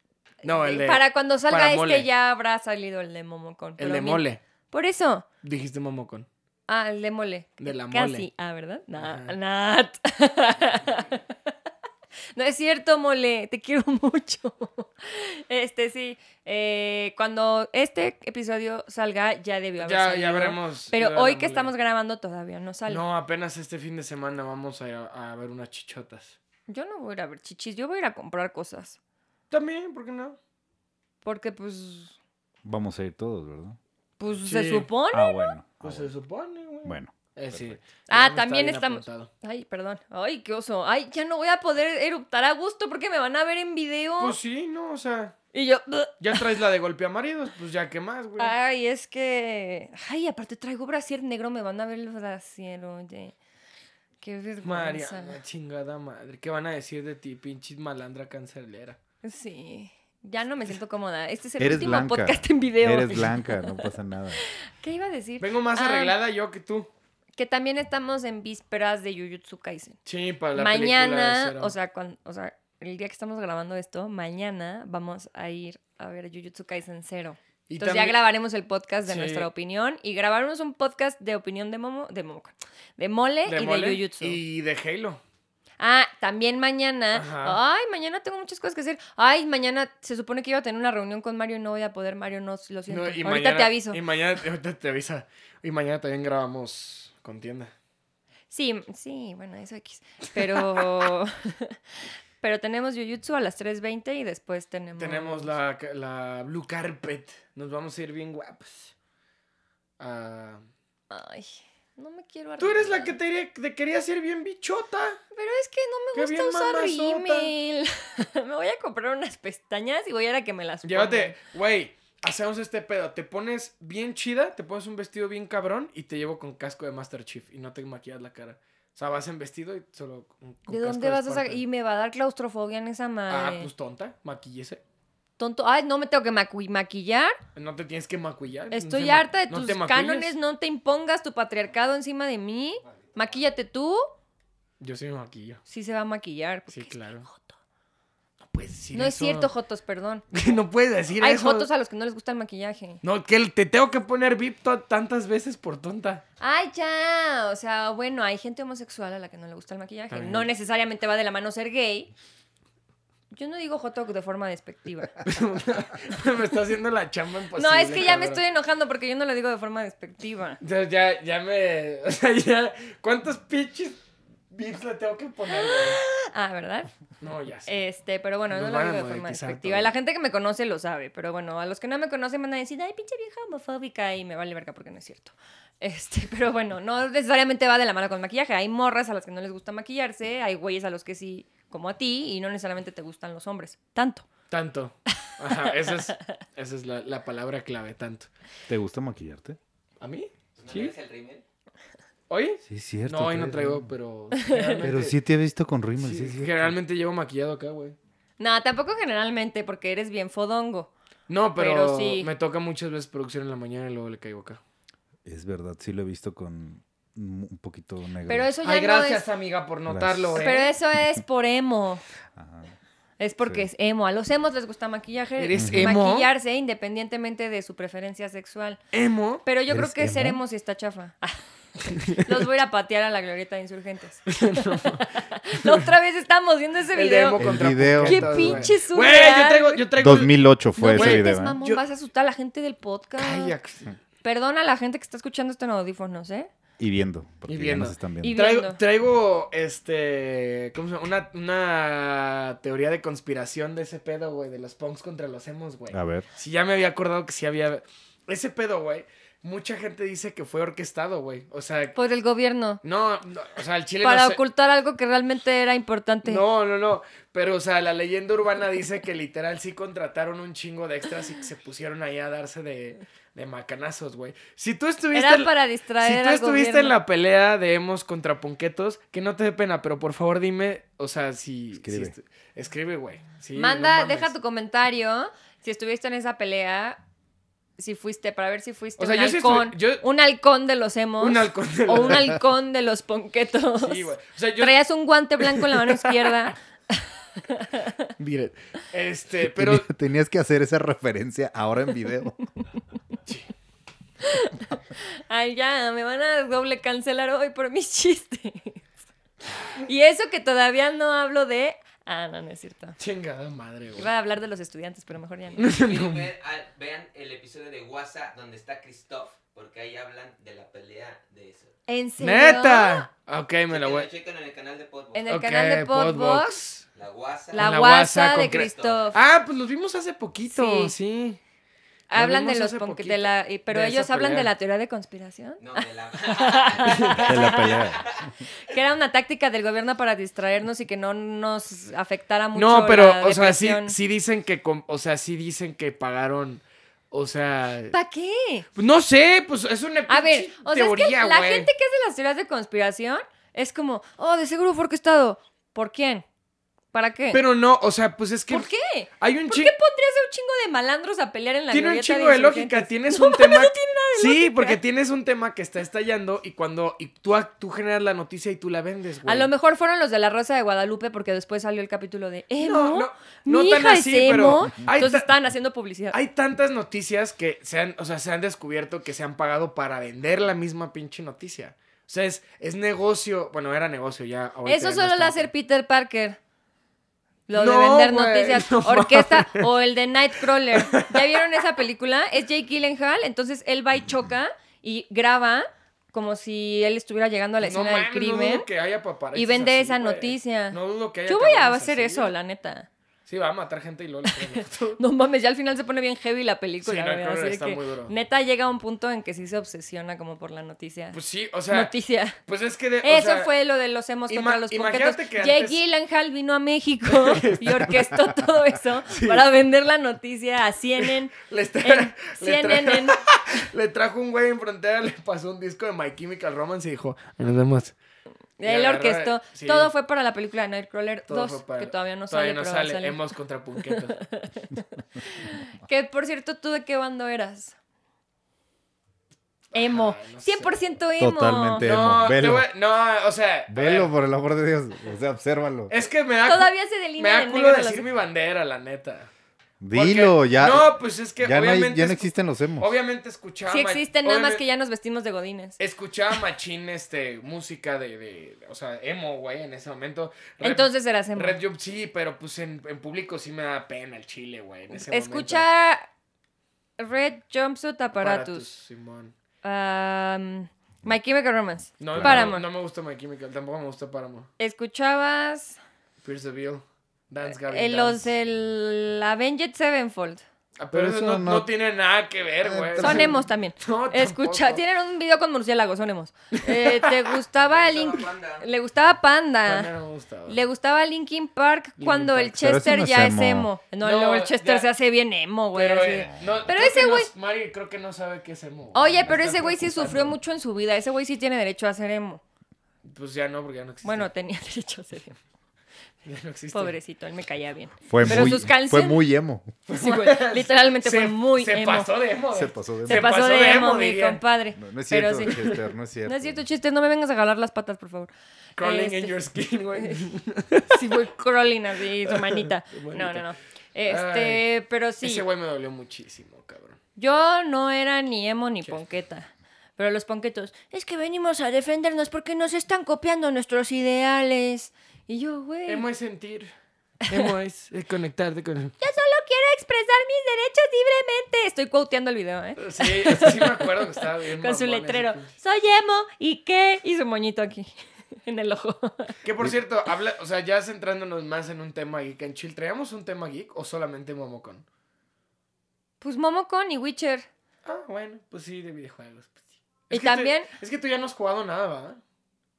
No, el de, Eh, Para cuando salga para este mole. ya habrá salido el de Momo con. el pero de mi- mole. Por eso. Dijiste momocón. Ah, el de mole. De la Casi. mole. Ah, ¿verdad? Nah, Ajá. Nat. no es cierto, mole. Te quiero mucho. Este sí. eh, cuando este episodio salga, ya debió haber Ya, salido. ya veremos. Pero Ya hoy veremos que la- estamos grabando todavía no sale. No, apenas este fin de semana vamos a, a ver unas chichotas. Yo no voy a ir a ver chichis, yo voy a ir a comprar cosas. También, ¿por qué no? Porque pues. Vamos a ir todos, ¿verdad? Pues Sí. se supone. Ah, bueno. ah, Pues se bueno. supone, güey. Bueno, Eh, sí. perfecto. Digamos, Ah, está también bien estamos- apuntado. Ay, perdón. Ay, qué oso. Ay, ya no voy a poder eruptar a gusto porque me van a ver en video. Pues sí, no, o sea, Y yo. ya traes la de golpe a maridos, pues ya qué más, güey. Ay, es que. Ay, aparte traigo brasier negro, me van a ver el brasier, oye. Qué vergüenza. Mariana, chingada madre, ¿qué van a decir de ti, pinches malandra cancelera? Sí. Ya no me siento cómoda. Este es el Eres último blanca. podcast en video. Eres blanca, no pasa nada. ¿Qué iba a decir? Vengo más Ah. arreglada yo que tú. Que también estamos en vísperas de Jujutsu Kaisen. Sí, para la película de mañana, cero. o sea, cuan- o sea, el día que estamos grabando esto, mañana vamos a ir a ver Jujutsu Kaisen cero. Y Entonces ya también- grabaremos el podcast de Sí. nuestra opinión y grabaremos un podcast de opinión de Momo, de Momo, de Mole de y mole de Jujutsu. Y de Halo. Ah, también mañana. Ajá. Ay, mañana tengo muchas cosas que hacer. Ay, mañana se supone que iba a tener una reunión con Mario y no voy a poder. Mario, no, lo siento. No, y Ahorita mañana- te aviso. Y mañana ahorita te avisa. Y mañana también grabamos contienda. Sí, sí, bueno, eso X. Pero. pero tenemos Jujutsu a las 3.20 y después tenemos. Tenemos la, ca- la blue carpet. Nos vamos a ir bien guapos. Ah, Ay, no me quiero Tú eres la que arreglar. te, iría- te querías ir bien bichota. Pero es que Qué no me bien gusta usar mamazota. rímel. me voy a comprar unas pestañas y voy a ir a que me las Llévate, pongan. güey, hacemos este pedo. Te pones bien chida, te pones un vestido bien cabrón y te llevo con casco de Master Chief y no te maquillas la cara. O sea, vas en vestido y solo con, con ¿De casco dónde vas a sacar? Spartan. Y me va a dar claustrofobia en esa Ah, madre. pues tonta, maquillese. Tonto. Ay, no me tengo que macu- maquillar. No te tienes que maquillar. no Estoy te Mm, ma- harta de no tus te maquilles. cánones, no te impongas tu patriarcado encima de mí. Maquíllate tú, Yo sí me maquillo. sí se va a maquillar. porque Sí, es claro. joto. No puedes decir No es eso. cierto, Jotos, perdón. no puedes decir Hay eso. Jotos a los que no les gusta el maquillaje. No, que el- te tengo que poner VIP to- tantas veces por tonta. Ay, ya. O sea, bueno, hay gente homosexual a la que no le gusta el maquillaje. También. No necesariamente va de la mano ser gay. Yo no digo Joto de forma despectiva. me está haciendo la chamba imposible. no, es que ya me estoy cabrón. enojando porque yo no lo digo de forma despectiva. Entonces ya, ya me. O sea, ya. ¿Cuántos pinches VIPs le tengo que poner? güey? Ah, ¿verdad? No, ya sé. Este, pero bueno, Nos no lo van a digo de forma monetizar despectiva. todo. La gente que me conoce lo sabe, pero bueno, a los que no me conocen van a decir, ay, pinche vieja homofóbica, y me vale verga porque no es cierto. Este, pero bueno, no necesariamente va de la mano con maquillaje. Hay morras a las que no les gusta maquillarse, hay güeyes a los que sí, como a ti, y no necesariamente te gustan los hombres. Tanto. Tanto. Ajá, esa es, esa es la, la palabra clave, tanto. ¿Te gusta maquillarte? ¿A mí? ¿No Sí. traes el rímel? ¿Hoy? Sí, es cierto. No, hoy no traes, traigo, ¿no? pero. Pero generalmente- sí te he visto con rímel, sí, sí, es cierto. Generalmente llevo maquillado acá, güey. No, tampoco generalmente, porque eres bien fodongo. No, pero, Pero sí. me toca muchas veces producción en la mañana y luego le caigo acá. Es verdad, sí lo he visto con un un poquito negro. Pero eso ya Ay, no gracias, es. amiga, por notarlo, ¿eh? Pero eso es por emo. Ajá. Es porque Sí. es emo. A los emos les gusta maquillaje. ¿Eres emo? Maquillarse independientemente de su preferencia sexual. Emo. Pero yo creo ¿Eres que emo? ser emo sí está chafa. Los voy a ir a patear a la glorieta de insurgentes. La otra vez estamos viendo ese El de video. emo El contra video. punquetos, Qué güey. pinche Güey, yo surreal, traigo, güey. yo traigo. 2008 no fue ese cuentes, video. ¿eh? mamón, Yo- vas a asustar a la gente del podcast. Cállate. Perdona a la gente que está escuchando esto en audífonos, ¿eh? Y viendo, porque Y ya viendo. nos están viendo. Y Traigo, viendo. traigo, este, ¿cómo se llama? Una, una teoría de conspiración de ese pedo, güey, de los punks contra los emos, güey. A ver, Si ya me había acordado que sí había... Ese pedo, güey, mucha gente dice que fue orquestado, güey. O sea, Por el gobierno. no, no, o sea, el chile Para no sé- ocultar algo que realmente era importante. No, no, no. Pero, o sea, la leyenda urbana dice que literal sí contrataron un chingo de extras y que se pusieron ahí a darse de, de macanazos, güey. Si tú estuviste... Era en- para distraer Si tú al estuviste en gobierno. la pelea de Emos contra Ponquetos, que no te dé pena, pero por favor dime, o sea, si... si Escribe. estu- escribe, güey. Sí, no Manda, mames. deja tu comentario si estuviste en esa pelea si fuiste, para ver si fuiste O sea, un yo sí halcón. estuve- yo- Un halcón de los emos. Un halcón de O los- un halcón de los ponquetos. Sí, güey. O sea, yo. Traías un guante blanco en la mano izquierda. Mire, Este, pero. tenía- tenías que hacer esa referencia ahora en video. Ay, ya, me van a doble cancelar hoy por mis chistes. Y eso que todavía no hablo de... Ah, no, no es cierto. Chingada madre, güey. Iba a hablar de los estudiantes, pero mejor ya no. Quiero ver al- vean el episodio de WhatsApp donde está Christoph, porque ahí hablan de la pelea de eso. ¿En serio? ¡Neta! Ok, me la Chequen- voy. chequen en el canal de podcast. En el Ok, canal de Podbox. La WhatsApp. La, La guasa, guasa de con Cristo. Christoph. Ah, pues los vimos hace poquito, Sí. sí. hablan de vimos los hace ponque- poquito de la y- Pero de ellos esa hablan pelea. de la teoría de conspiración. No, de la. De la pelea. Que era una táctica del gobierno para distraernos y que no nos afectara mucho. No, pero, la o sea, sí, depresión. sí dicen que, com- o sea, sí dicen que pagaron, o sea, ¿Para qué? pues no sé, pues es una A ver, pinche o sea, teoría, es que la güey. gente que hace las teorías de conspiración es como, oh, de seguro fue orquestado. ¿Por quién? ¿Para qué? Pero no, o sea, pues es que ¿Por qué? hay un ¿Por chingo, qué pondrías a un chingo de malandros a pelear en la tiene un glorieta chingo de insurgentes? lógica, tienes No un tema, sí, lógica. porque tienes un tema que está estallando y cuando y tú, ac- tú generas la noticia y tú la vendes, güey. A lo mejor fueron los de la Rosa de Guadalupe porque después salió el capítulo de Emo. No, no, no Mi tan hija así, es pero emo. hay Entonces ta- estaban haciendo publicidad. Hay tantas noticias que se han, o sea, se han descubierto que se han pagado para vender la misma pinche noticia. O sea, es, es negocio, bueno, era negocio ya. ahorita Eso ya no solo es lo tan- hace Peter Parker. Lo de No, vender güey, noticias, no orquesta o el de Nightcrawler. ¿Ya vieron esa película? Es Jake Gyllenhaal, entonces él va y choca y graba como si él estuviera llegando a la No escena del mames, no dudo crimen que haya paparazzis y vende así, esa güey. noticia. No dudo que haya Yo voy a cabrones hacer así, eso, güey. la neta. Sí, va a matar gente y luego le ponen otro. No mames, ya al final se pone bien heavy la película. Sí, güey, Nightcrawler así de está que muy duro. Neta llega a un punto en que sí se obsesiona como por la noticia. Pues sí, o sea. noticia. Pues es que. de- o Eso sea, fue lo de los hemos ima- contra los imagínate punquetos. que Jake antes- Gyllenhaal vino a México y orquestó todo eso para vender la noticia a CNN. Le, tra- En le, tra- CNN. en- le trajo un güey en frontera, le pasó un disco de My Chemical Romance y dijo: Nos vemos. Y Él agarró- orquestó. sí. Todo fue para la película de Nightcrawler Todo 2, fue para- que todavía no todavía sale. no pero va a sale. salir. Hemos contra punquetos. Que por cierto, ¿tú de qué bando eras? Emo. Ay, Ah, no sé. 100% emo. Totalmente. Temo, No, te velo. voy a- no, o sea. a Velo, ver, por el amor de Dios. O sea, obsérvalo. Es que me da. cu- Todavía se Me delinea da de culo negro los- decir mi bandera, la neta. Porque- Dilo, ya. No, pues es que ya, no, hay- obviamente. ya no escu- existen los emos. Obviamente escuchaba. Sí ma- existen, nada más obviamente- Eh, que ya nos vestimos de godines. Escuchaba machín, este, música de, de, o sea, emo, güey, en ese momento. Red- Entonces eras emo. Red Job sí, pero pues en, en público sí me da pena el chile, güey, en ese momento. Escucha Red Jumpsuit Apparatus. Simón. Um, My Chemical Romance. No, no, Paramore. no me gusta My Chemical, tampoco me gusta Paramore. Escuchabas Pierce the Veil, Dance Gavin eh, los Dance. del Avenged Sevenfold. Ah, pero Pero eso no, eso no- no Ah, tiene nada que ver, güey. Son emos también. No, Escucha, tampoco. tienen un video con murciélagos, son emos. Eh, ¿Te gustaba Link? Panda. Le gustaba Panda. No, no me gusta, güey. Le gustaba Linkin Park cuando el Pero ese Chester no es ya es emo. emo. No, No, luego el Chester ya. se hace bien emo, güey. Pero, así de- eh, no, Pero creo que ese no- güey- Mari creo que no sabe qué es emo. Oye, Está pero ese güey sí preocupando. sufrió mucho en su vida. Ese güey sí tiene derecho a ser emo. Pues ya no, porque ya no existe. Bueno, tenía derecho a ser emo. ya no existe. Pobrecito, él me caía bien. Fue, Pero muy, sus canciones. fue muy emo. Sí, güey, Literalmente fue muy se emo. pasó de emo. Se güey. pasó de se, emo. pasó, de emo, mi dirían. compadre. No, no es Pero cierto, sí. Chester, no es cierto. No es cierto, chiste, no me vengas a jalar las patas, por favor. Crawling Este, in your skin, güey. Sí, voy crawling así, su manita. Su manita. No, no, no. Este, pero sí, Ese güey me dolió muchísimo, cabrón. yo no era ni emo ni ponqueta. Pero los ponquetos, es que venimos a defendernos porque nos están copiando nuestros ideales. Y yo, güey, Emo es sentir. Emo es eh, conectarte con el... yo solo quiero expresar mis derechos libremente. Estoy quoteando el video, ¿eh? Sí, eso sí me acuerdo que estaba bien. Con su mamón ese letrero, pinche. soy emo, ¿y qué? Y su moñito aquí, en el ojo. Que por cierto, habla, o sea, ya centrándonos más en un tema geek en chill, ¿traíamos un tema geek o solamente Momocon? Pues Momocon y Witcher. Ah, bueno, pues sí, de videojuegos. pues sí. Y que tú- también- es que tú ya no has jugado nada, ¿verdad?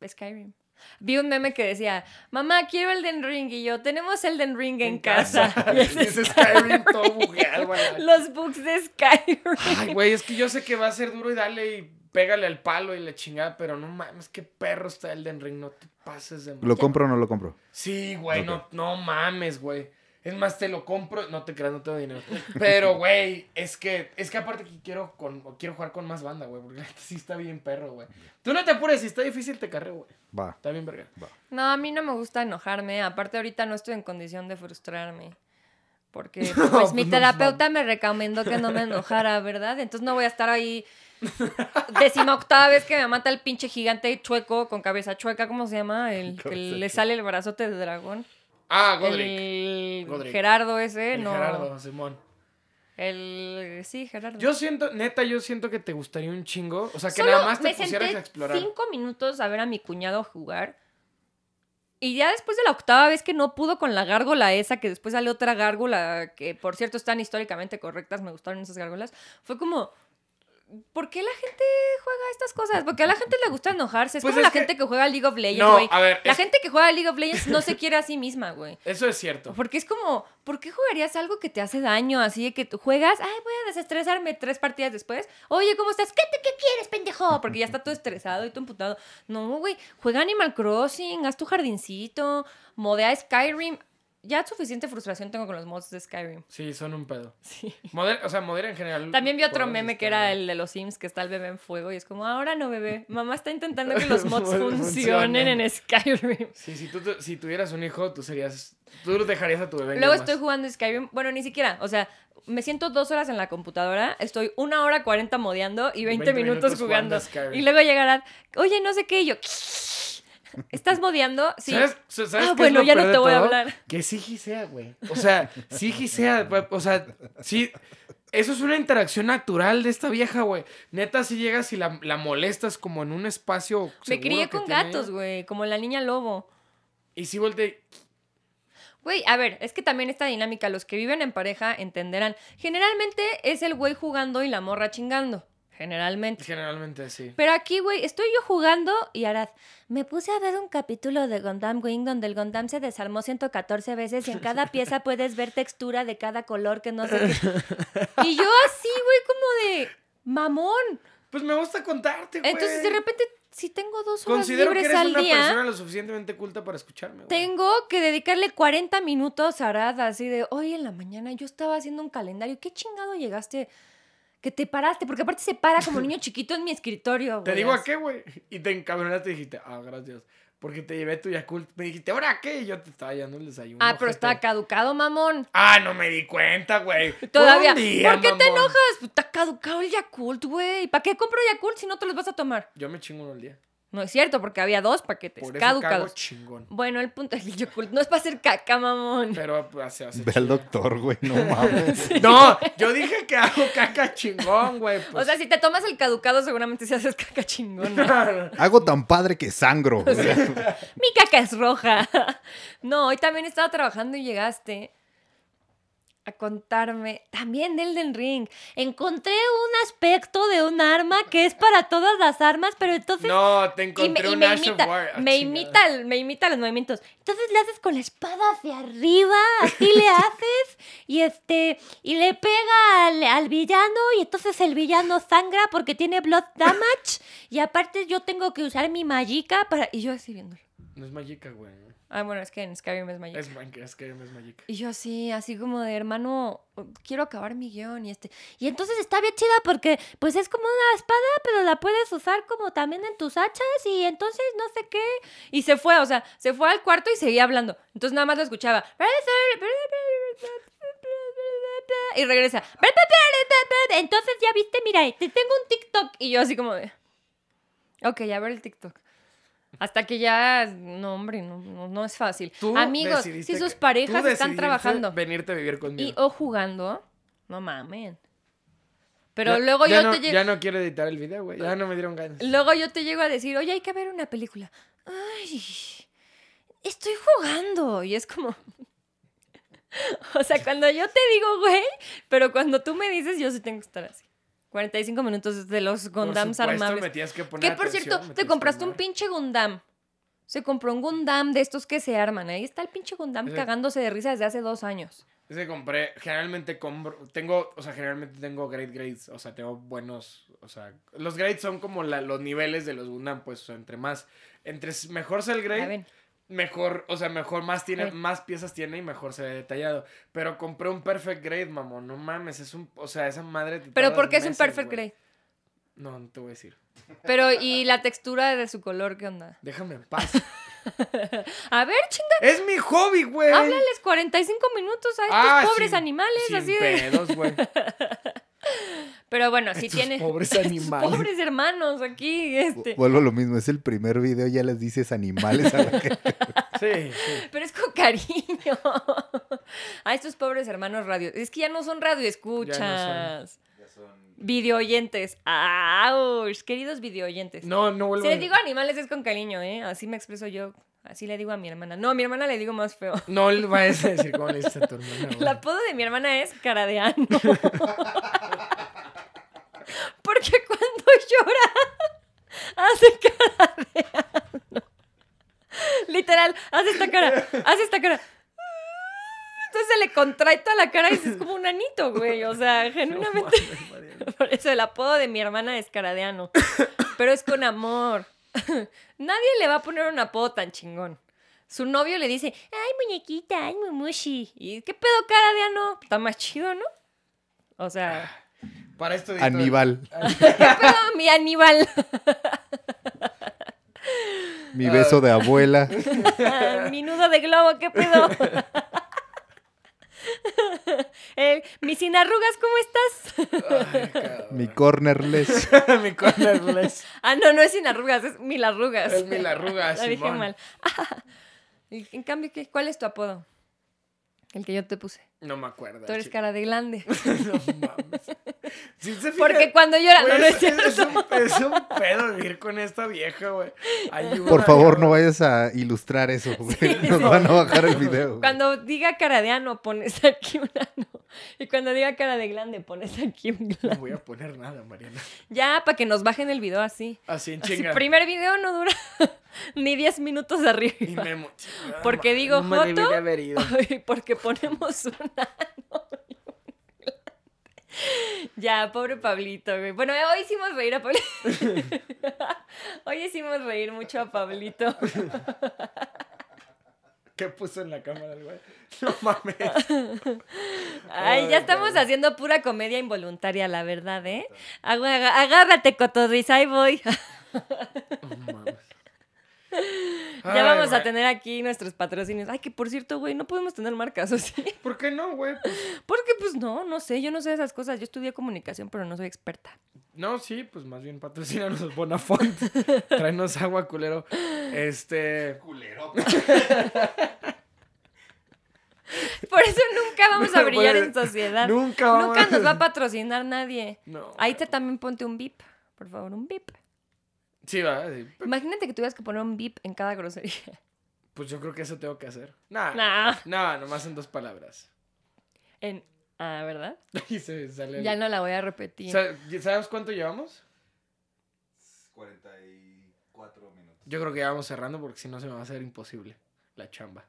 Skyrim. Vi un meme que decía, mamá, quiero Elden Ring. Y yo, tenemos Elden Ring en, En casa. Y es Es Skyrim. Skyrim todo bugueado, güey. Los bugs de Skyrim. Ay, güey, es que yo sé que va a ser duro y dale y pégale al palo y la chingada, pero no mames, qué perro está Elden Ring, no te pases de ¿Lo mal. compro o no lo compro? Sí, güey, no, no mames, güey. Es más, te lo compro. No te creas, no tengo dinero. Pero, güey, es que, es que aparte que quiero, con, quiero jugar con más banda, güey. Porque la neta sí está bien perro, güey. Tú no te apures, si está difícil te carreo, güey. Va. Está bien verga. No, a mí no me gusta enojarme. Aparte, ahorita no estoy en condición de frustrarme. Porque pues, pues, mi no terapeuta me recomendó que no me enojara, ¿verdad? Entonces no voy a estar ahí décima octava vez que me mata el pinche gigante chueco con cabeza chueca, ¿cómo se llama? El que Cabeza le chueca. sale el brazote de dragón. Ah, Godric. El Godric. Gerardo ese, El no. Gerardo, Simón. El sí, Gerardo. Yo siento, neta, yo siento que te gustaría un chingo. O sea, que Solo nada más te me pusieras senté a explorar. cinco minutos a ver a mi cuñado jugar. Y ya después de la octava vez que no pudo con la gárgola esa, que después sale otra gárgola, que por cierto están históricamente correctas, me gustaron esas gárgolas, fue como, ¿por qué la gente juega estas cosas? Porque a la gente le gusta enojarse. Es Pues como es la que- gente que juega League of Legends, No, güey. a ver, la es- gente que juega League of Legends no se quiere a sí misma, güey. Eso es cierto. Porque es como, ¿por qué jugarías algo que te hace daño? Así de que tú juegas, ay, voy a desestresarme tres partidas después. Oye, ¿cómo estás? ¿Qué, te, qué quieres, pendejo? Porque ya está todo estresado y todo emputado. No, güey, juega Animal Crossing, haz tu jardincito, modea Skyrim. Ya suficiente frustración tengo con los mods de Skyrim. Sí, son un pedo. Sí. Moder- o sea, modera en general. También vi otro podemos meme que estar- era el de los Sims, que está el bebé en fuego y es como, ahora no, bebé. Mamá está intentando que los mods funcionen en Skyrim. Sí, si tú tu- si tuvieras un hijo, tú serías. Tú lo dejarías a tu bebé. en Luego llamas. estoy jugando Skyrim. Bueno, ni siquiera. O sea, me siento dos horas en la computadora, estoy una hora cuarenta modeando y 20 20, minutos, minutos jugando jugando. a Skyrim. Y luego llegarán, oye, no sé qué, y yo, ¿estás modeando? Sí. ¿Sabes, sa- sabes Ah, qué es bueno, lo ya no peor te de voy a todo? hablar. Que sí gisea, güey. O sea, sí gisea. pa- O sea, sí. Eso es una interacción natural de esta vieja, güey. Neta, si llegas y la, la molestas como en un espacio. Me seguro crié que con tiene gatos, ella. güey, como la niña lobo. Y si volte. Güey, a ver, es que también esta dinámica, los que viven en pareja entenderán. Generalmente es el güey jugando y la morra chingando. Generalmente. Generalmente sí. Pero aquí, güey, estoy yo jugando y Arad, me puse a ver un capítulo de Gundam Wing donde el Gundam se desarmó 114 veces y en cada pieza puedes ver textura de cada color que no sé qué. Y yo así, güey, como de mamón. Pues me gusta contarte, güey. Entonces, de repente, si tengo dos horas Considero que libres eres al una día, persona lo suficientemente culta para escucharme, güey. tengo que dedicarle 40 minutos a Arad, así de hoy en la mañana yo estaba haciendo un calendario. ¿Qué chingado llegaste? Que te paraste, porque aparte se para como niño chiquito en mi escritorio. Te güey, digo a así. qué, güey. Y te encabronaste y dijiste, ah, gracias. Porque te llevé tu Yakult. Me dijiste, ¿ahora a qué? Y yo te estaba llevando el desayuno. Ah, pero ojete. está caducado, mamón. Ah, no me di cuenta, güey. Todavía. Un día, ¿Por qué te mamón. enojas? Pues, Está caducado el Yakult, güey. ¿Para qué compro Yakult si no te los vas a tomar? Yo me chingo uno al día. No es cierto, porque había dos paquetes Por eso cago caducados. chingón. Bueno, el punto es que el Yakult no es para hacer caca, mamón. Pero pues, se hace Ve al chido. doctor, güey, no mames. No, yo dije que hago caca chingón, güey. O pues. sea, si te tomas el caducado, seguramente se haces caca chingona. pues. Hago tan padre que sangro. o sea, Mi caca es roja. No, hoy también estaba trabajando y llegaste a contarme también de Elden Ring. Encontré un aspecto de un arma que es para todas las armas, pero entonces no, te Y me, encontré y un me Ash imita, of War. Ah, me, chingada. imita el- me imita los movimientos. Entonces le haces con la espada hacia arriba, así le haces, y este, y le pega al, al villano, y entonces el villano sangra porque tiene blood damage, y aparte yo tengo que usar mi magica para... Y yo así viéndolo. No es Magica, güey. Ah, bueno, es que en Skyrim es magica. Es Minecraft, es que no es Magica. Y yo así, así como de hermano, quiero acabar mi guión y este. Y entonces está bien chida porque pues es como una espada, pero la puedes usar como también en tus hachas y entonces no sé qué. Y se fue, o sea, se fue al cuarto y seguía hablando. Entonces nada más lo escuchaba. Y regresa. Entonces ya viste, mira, te tengo un TikTok. Y yo así como de... Ok, a ver el TikTok. Hasta que ya, no, hombre, no, no, no es fácil. Tú Amigos, decidiste si sus que- tú parejas están decidiste trabajando Venirte a vivir conmigo. y o jugando, no mamen. Pero Ya- luego ya yo no, te lle- Ya no quiero editar el video, güey. Ya no me dieron ganas. luego yo te llego a decir, "Oye, hay que ver una película." Ay. Estoy jugando y es como O sea, cuando yo te digo, güey, pero cuando tú me dices, yo sí tengo que estar así. 45 minutos de los Por Gondams supuesto, armables. me tienes que poner Que por atención, cierto, me tienes te que compraste un armar. pinche Gundam. Se compró un Gundam de estos que se arman. Ahí está el pinche Gundam Ese- cagándose de risa desde hace dos años. Ese compré, generalmente compro, tengo, o sea, generalmente tengo great grades, o sea, tengo buenos, o sea, los grades son como la- los niveles de los Gundam, pues, o sea, entre más, entre s- mejor sea el Ya grade, ven. mejor, o sea, mejor más tiene, Sí. más piezas tiene y mejor se ve detallado. Pero compré un perfect grade, mamón. No mames, es un, o sea, esa madre. te Pero tardas ¿por qué es un meses, perfect güey. grade? No, no te voy a decir. Pero ¿y la textura de su color qué onda? Déjame en paz. A ver, chinga, es mi hobby, güey. háblales 45 minutos a estos Ah, pobres sin- animales Sin así de... pedos, güey. Pero bueno, si Estos tiene pobres estos animales. pobres hermanos aquí este. Vuelvo a lo mismo, es el primer video, ya les dices animales a la gente. Sí, sí. Pero es con cariño. A estos pobres hermanos radio. Es que ya no son radioescuchas. Ya Videoyentes. ¡Auch! Queridos videoyentes. No, no vuelvo si a- les digo animales es con cariño, ¿eh? Así me expreso yo. Así le digo a mi hermana. No, a mi hermana le digo más feo. No le vayas a decir cómo le dices a tu hermana, güey. El apodo de mi hermana es cara de ano. Porque cuando llora, hace cara de ano. Literal, hace esta cara, hace esta cara. Entonces se le contrae toda la cara y es como un anito, güey. O sea, No genuinamente. mames, Mariana. Por eso el apodo de mi hermana es cara de ano. Pero es con amor. Nadie le va a poner un apodo tan chingón. Su novio le dice, ay, muñequita, ay, mumushi. ¿Y qué pedo cara de ano? Está más chido, ¿no? O sea, Para esto edito- Aníbal, ¿qué pedo mi Aníbal? "Ah". mi beso de abuela. mi nudo de globo, ¿qué pedo? El, mi sin arrugas, Eh, ¿cómo estás? Ay, cabrón. Mi cornerless. Mi cornerless. Ah, no, no es sin arrugas, es mil arrugas. Es mil arrugas, La dije Simón. mal. Y en cambio, ¿qué- ¿cuál es tu apodo? El que yo te puse. No me acuerdo. Tú eres chico. cara de glande. No mames. Si se fijan, Porque cuando llora, no, güey, no es, es es un, cierto. es un pedo vivir con esta vieja, güey. Ayuda, Por favor, no cabrón. vayas a ilustrar eso, güey. Sí, Nos sí. van a bajar el video. Cuando diga cara de ano, pones aquí un ano. Y cuando diga cara de glande, pones aquí un No glande. voy a poner nada, Mariana. Ya, para que nos bajen el video así. Así en Así, chinga. primer video no dura ni 10 minutos Y arriba. me mo- Porque No, digo no me joto. debería haber ido. Ay, Porque ponemos un ano y un glande. Ya, pobre Pablito, güey. Bueno, hoy hicimos reír a Pablito. hoy hicimos reír mucho a Pablito. ¿Qué puso en la cámara el güey? No mames. Ay, Ay, ya estamos cabrón. haciendo pura comedia involuntaria, la verdad, ¿eh? Agua- aga- Agárrate, cotorriz, ahí voy. No mames. ya vamos a tener. tener aquí nuestros patrocinios. Ay, que por cierto, güey, no podemos tener marcas, ¿o sí? ¿Por qué no, güey? Pues, Porque, pues, no, no sé, yo no sé esas cosas. Yo estudié comunicación, pero no soy experta. no, sí, pues más bien patrocínanos Bonafont. Tráenos agua, culero. Este. Culero. Por eso nunca vamos a No brillar puede- en sociedad. Nunca, Nunca vamos nos va a patrocinar nadie. No. Ahí te también ponte un bip, por favor, un bip. Sí, va. sí. Imagínate que tuvieras que poner un bip en cada grosería. Pues yo creo que eso tengo que hacer. Nah. Nah. Nah, nomás en dos palabras. En... Ah, ¿verdad? Y se sale. el- Ya no la voy a repetir. Sa- ¿Sabes cuánto llevamos? 44 minutos. Yo creo que ya vamos cerrando porque si no se me va a hacer imposible la chamba.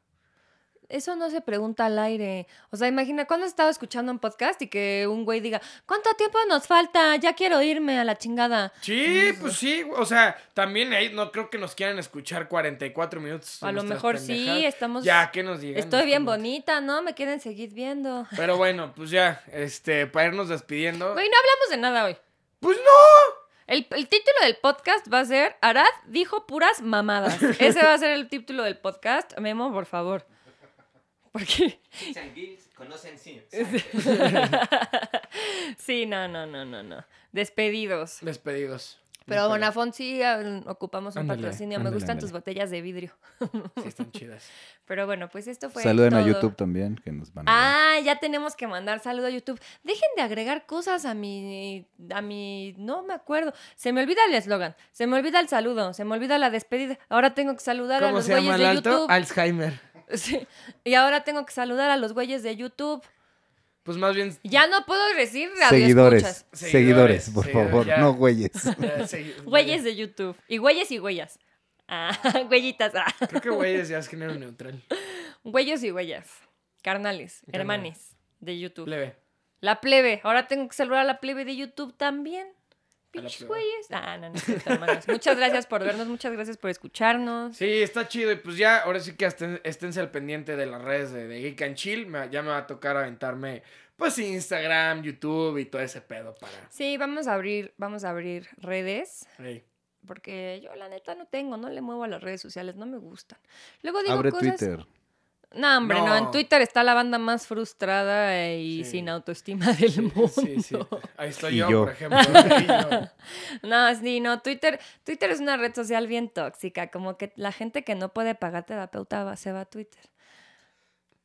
Eso no se pregunta al aire. O sea, imagina, ¿cuándo has estado escuchando un podcast y que un güey diga, ¿cuánto tiempo nos falta? Ya quiero irme a la chingada. Sí, pues sí, o sea, también ahí no creo que nos quieran escuchar 44 minutos. de a lo nuestras mejor sí, pendejadas. estamos... Ya que nos digan. estoy bien bonito. bonita, ¿no? Me quieren seguir viendo. Pero bueno, pues ya, este, para irnos despidiendo. Güey, no hablamos de nada hoy. Pues no. El, el título del podcast va a ser Arad dijo puras mamadas. Ese va a ser el título del podcast. Memo, por favor. Porque... San Gils conocen sí. sí, no, no, no, no, no. Despedidos. Despedidos. Pero Despedidos. Bonafont sí eh, ocupamos un Ándale, patrocinio. Me ándale, gustan ándale. tus botellas de vidrio. Sí, están chidas. Pero bueno, pues esto fue. Saluden a todo. YouTube también, que nos van a ver. Ah, ya tenemos que mandar saludo a YouTube. Dejen de agregar cosas a mi. a mi. no me acuerdo. Se me olvida el eslogan, se me olvida el saludo, se me olvida la despedida. Ahora tengo que saludar a ¿Cómo los se llama güeyes el de alto? YouTube. Alzheimer. Sí, Y ahora tengo que saludar a los güeyes de YouTube. Pues más bien. Ya no puedo decir Seguidores, radioescuchas. Seguidores, seguidores, por seguidores, favor, ya. no güeyes. eh, sí, Güeyes de YouTube. Y güeyes y güeyas. Ah, güeyitas. ah. Creo que güeyes ya es género neutral. Güeyos y güeyas. Carnales, Carnales. hermanes de YouTube. Leve. La plebe. Ahora tengo que saludar a la plebe de YouTube también. la pinches privada. güeyes. Ah, no, no es cierto, hermanos. Muchas gracias por vernos, muchas gracias por escucharnos. Sí, está chido. Y pues ya, ahora sí que estén- esténse al pendiente de las redes de, de Geek and Chill. Me- ya me va a tocar aventarme, pues, Instagram, YouTube y todo ese pedo para. Sí, vamos a abrir, vamos a abrir redes, Ey. porque yo la neta no tengo, no le muevo a las redes sociales, no me gustan. Luego digo Abre cosas. Twitter. No, hombre, no. No. en Twitter está la banda más frustrada eh, y Sí. sin autoestima del mundo. Sí, sí. Ahí estoy Y yo, yo. por ejemplo. Y yo. No, sí, no, Twitter, Twitter es una red social bien tóxica, como que la gente que no puede pagar terapeuta va- se va a Twitter.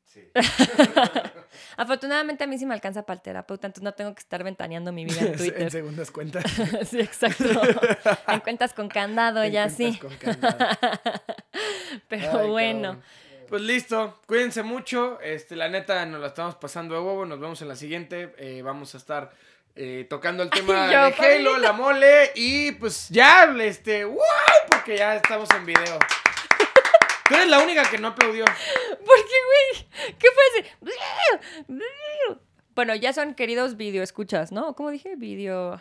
Sí. Afortunadamente a mí sí me alcanza para el terapeuta, entonces no tengo que estar ventaneando mi vida en en Twitter. segundas cuentas. sí, exacto. En cuentas con candado En ya cuentas sí. con candado. Pero Ay, bueno, cabrón. Pues listo, cuídense mucho. Este, la neta, nos la estamos pasando de huevo. Nos vemos en la siguiente. Eh, vamos a estar eh, tocando el tema Ay, yo, de Halo, la mole. Y pues ya, este, ¡wow! Porque ya estamos en video. Tú eres la única que no aplaudió. porque güey, ¿qué fue ese? Bueno, ya son queridos videoescuchas, ¿no? ¿Cómo dije? Video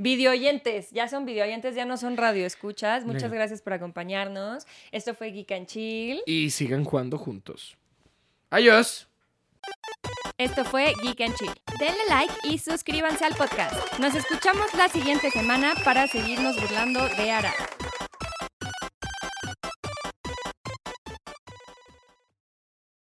Videoyentes, ya son videoyentes, ya no son radioescuchas. Muchas Nel. gracias por acompañarnos. Esto fue Geek and Chill. Y sigan jugando juntos. Adiós. Esto fue Geek and Chill. Denle like y suscríbanse al podcast. Nos escuchamos la siguiente semana para seguirnos burlando de Ara.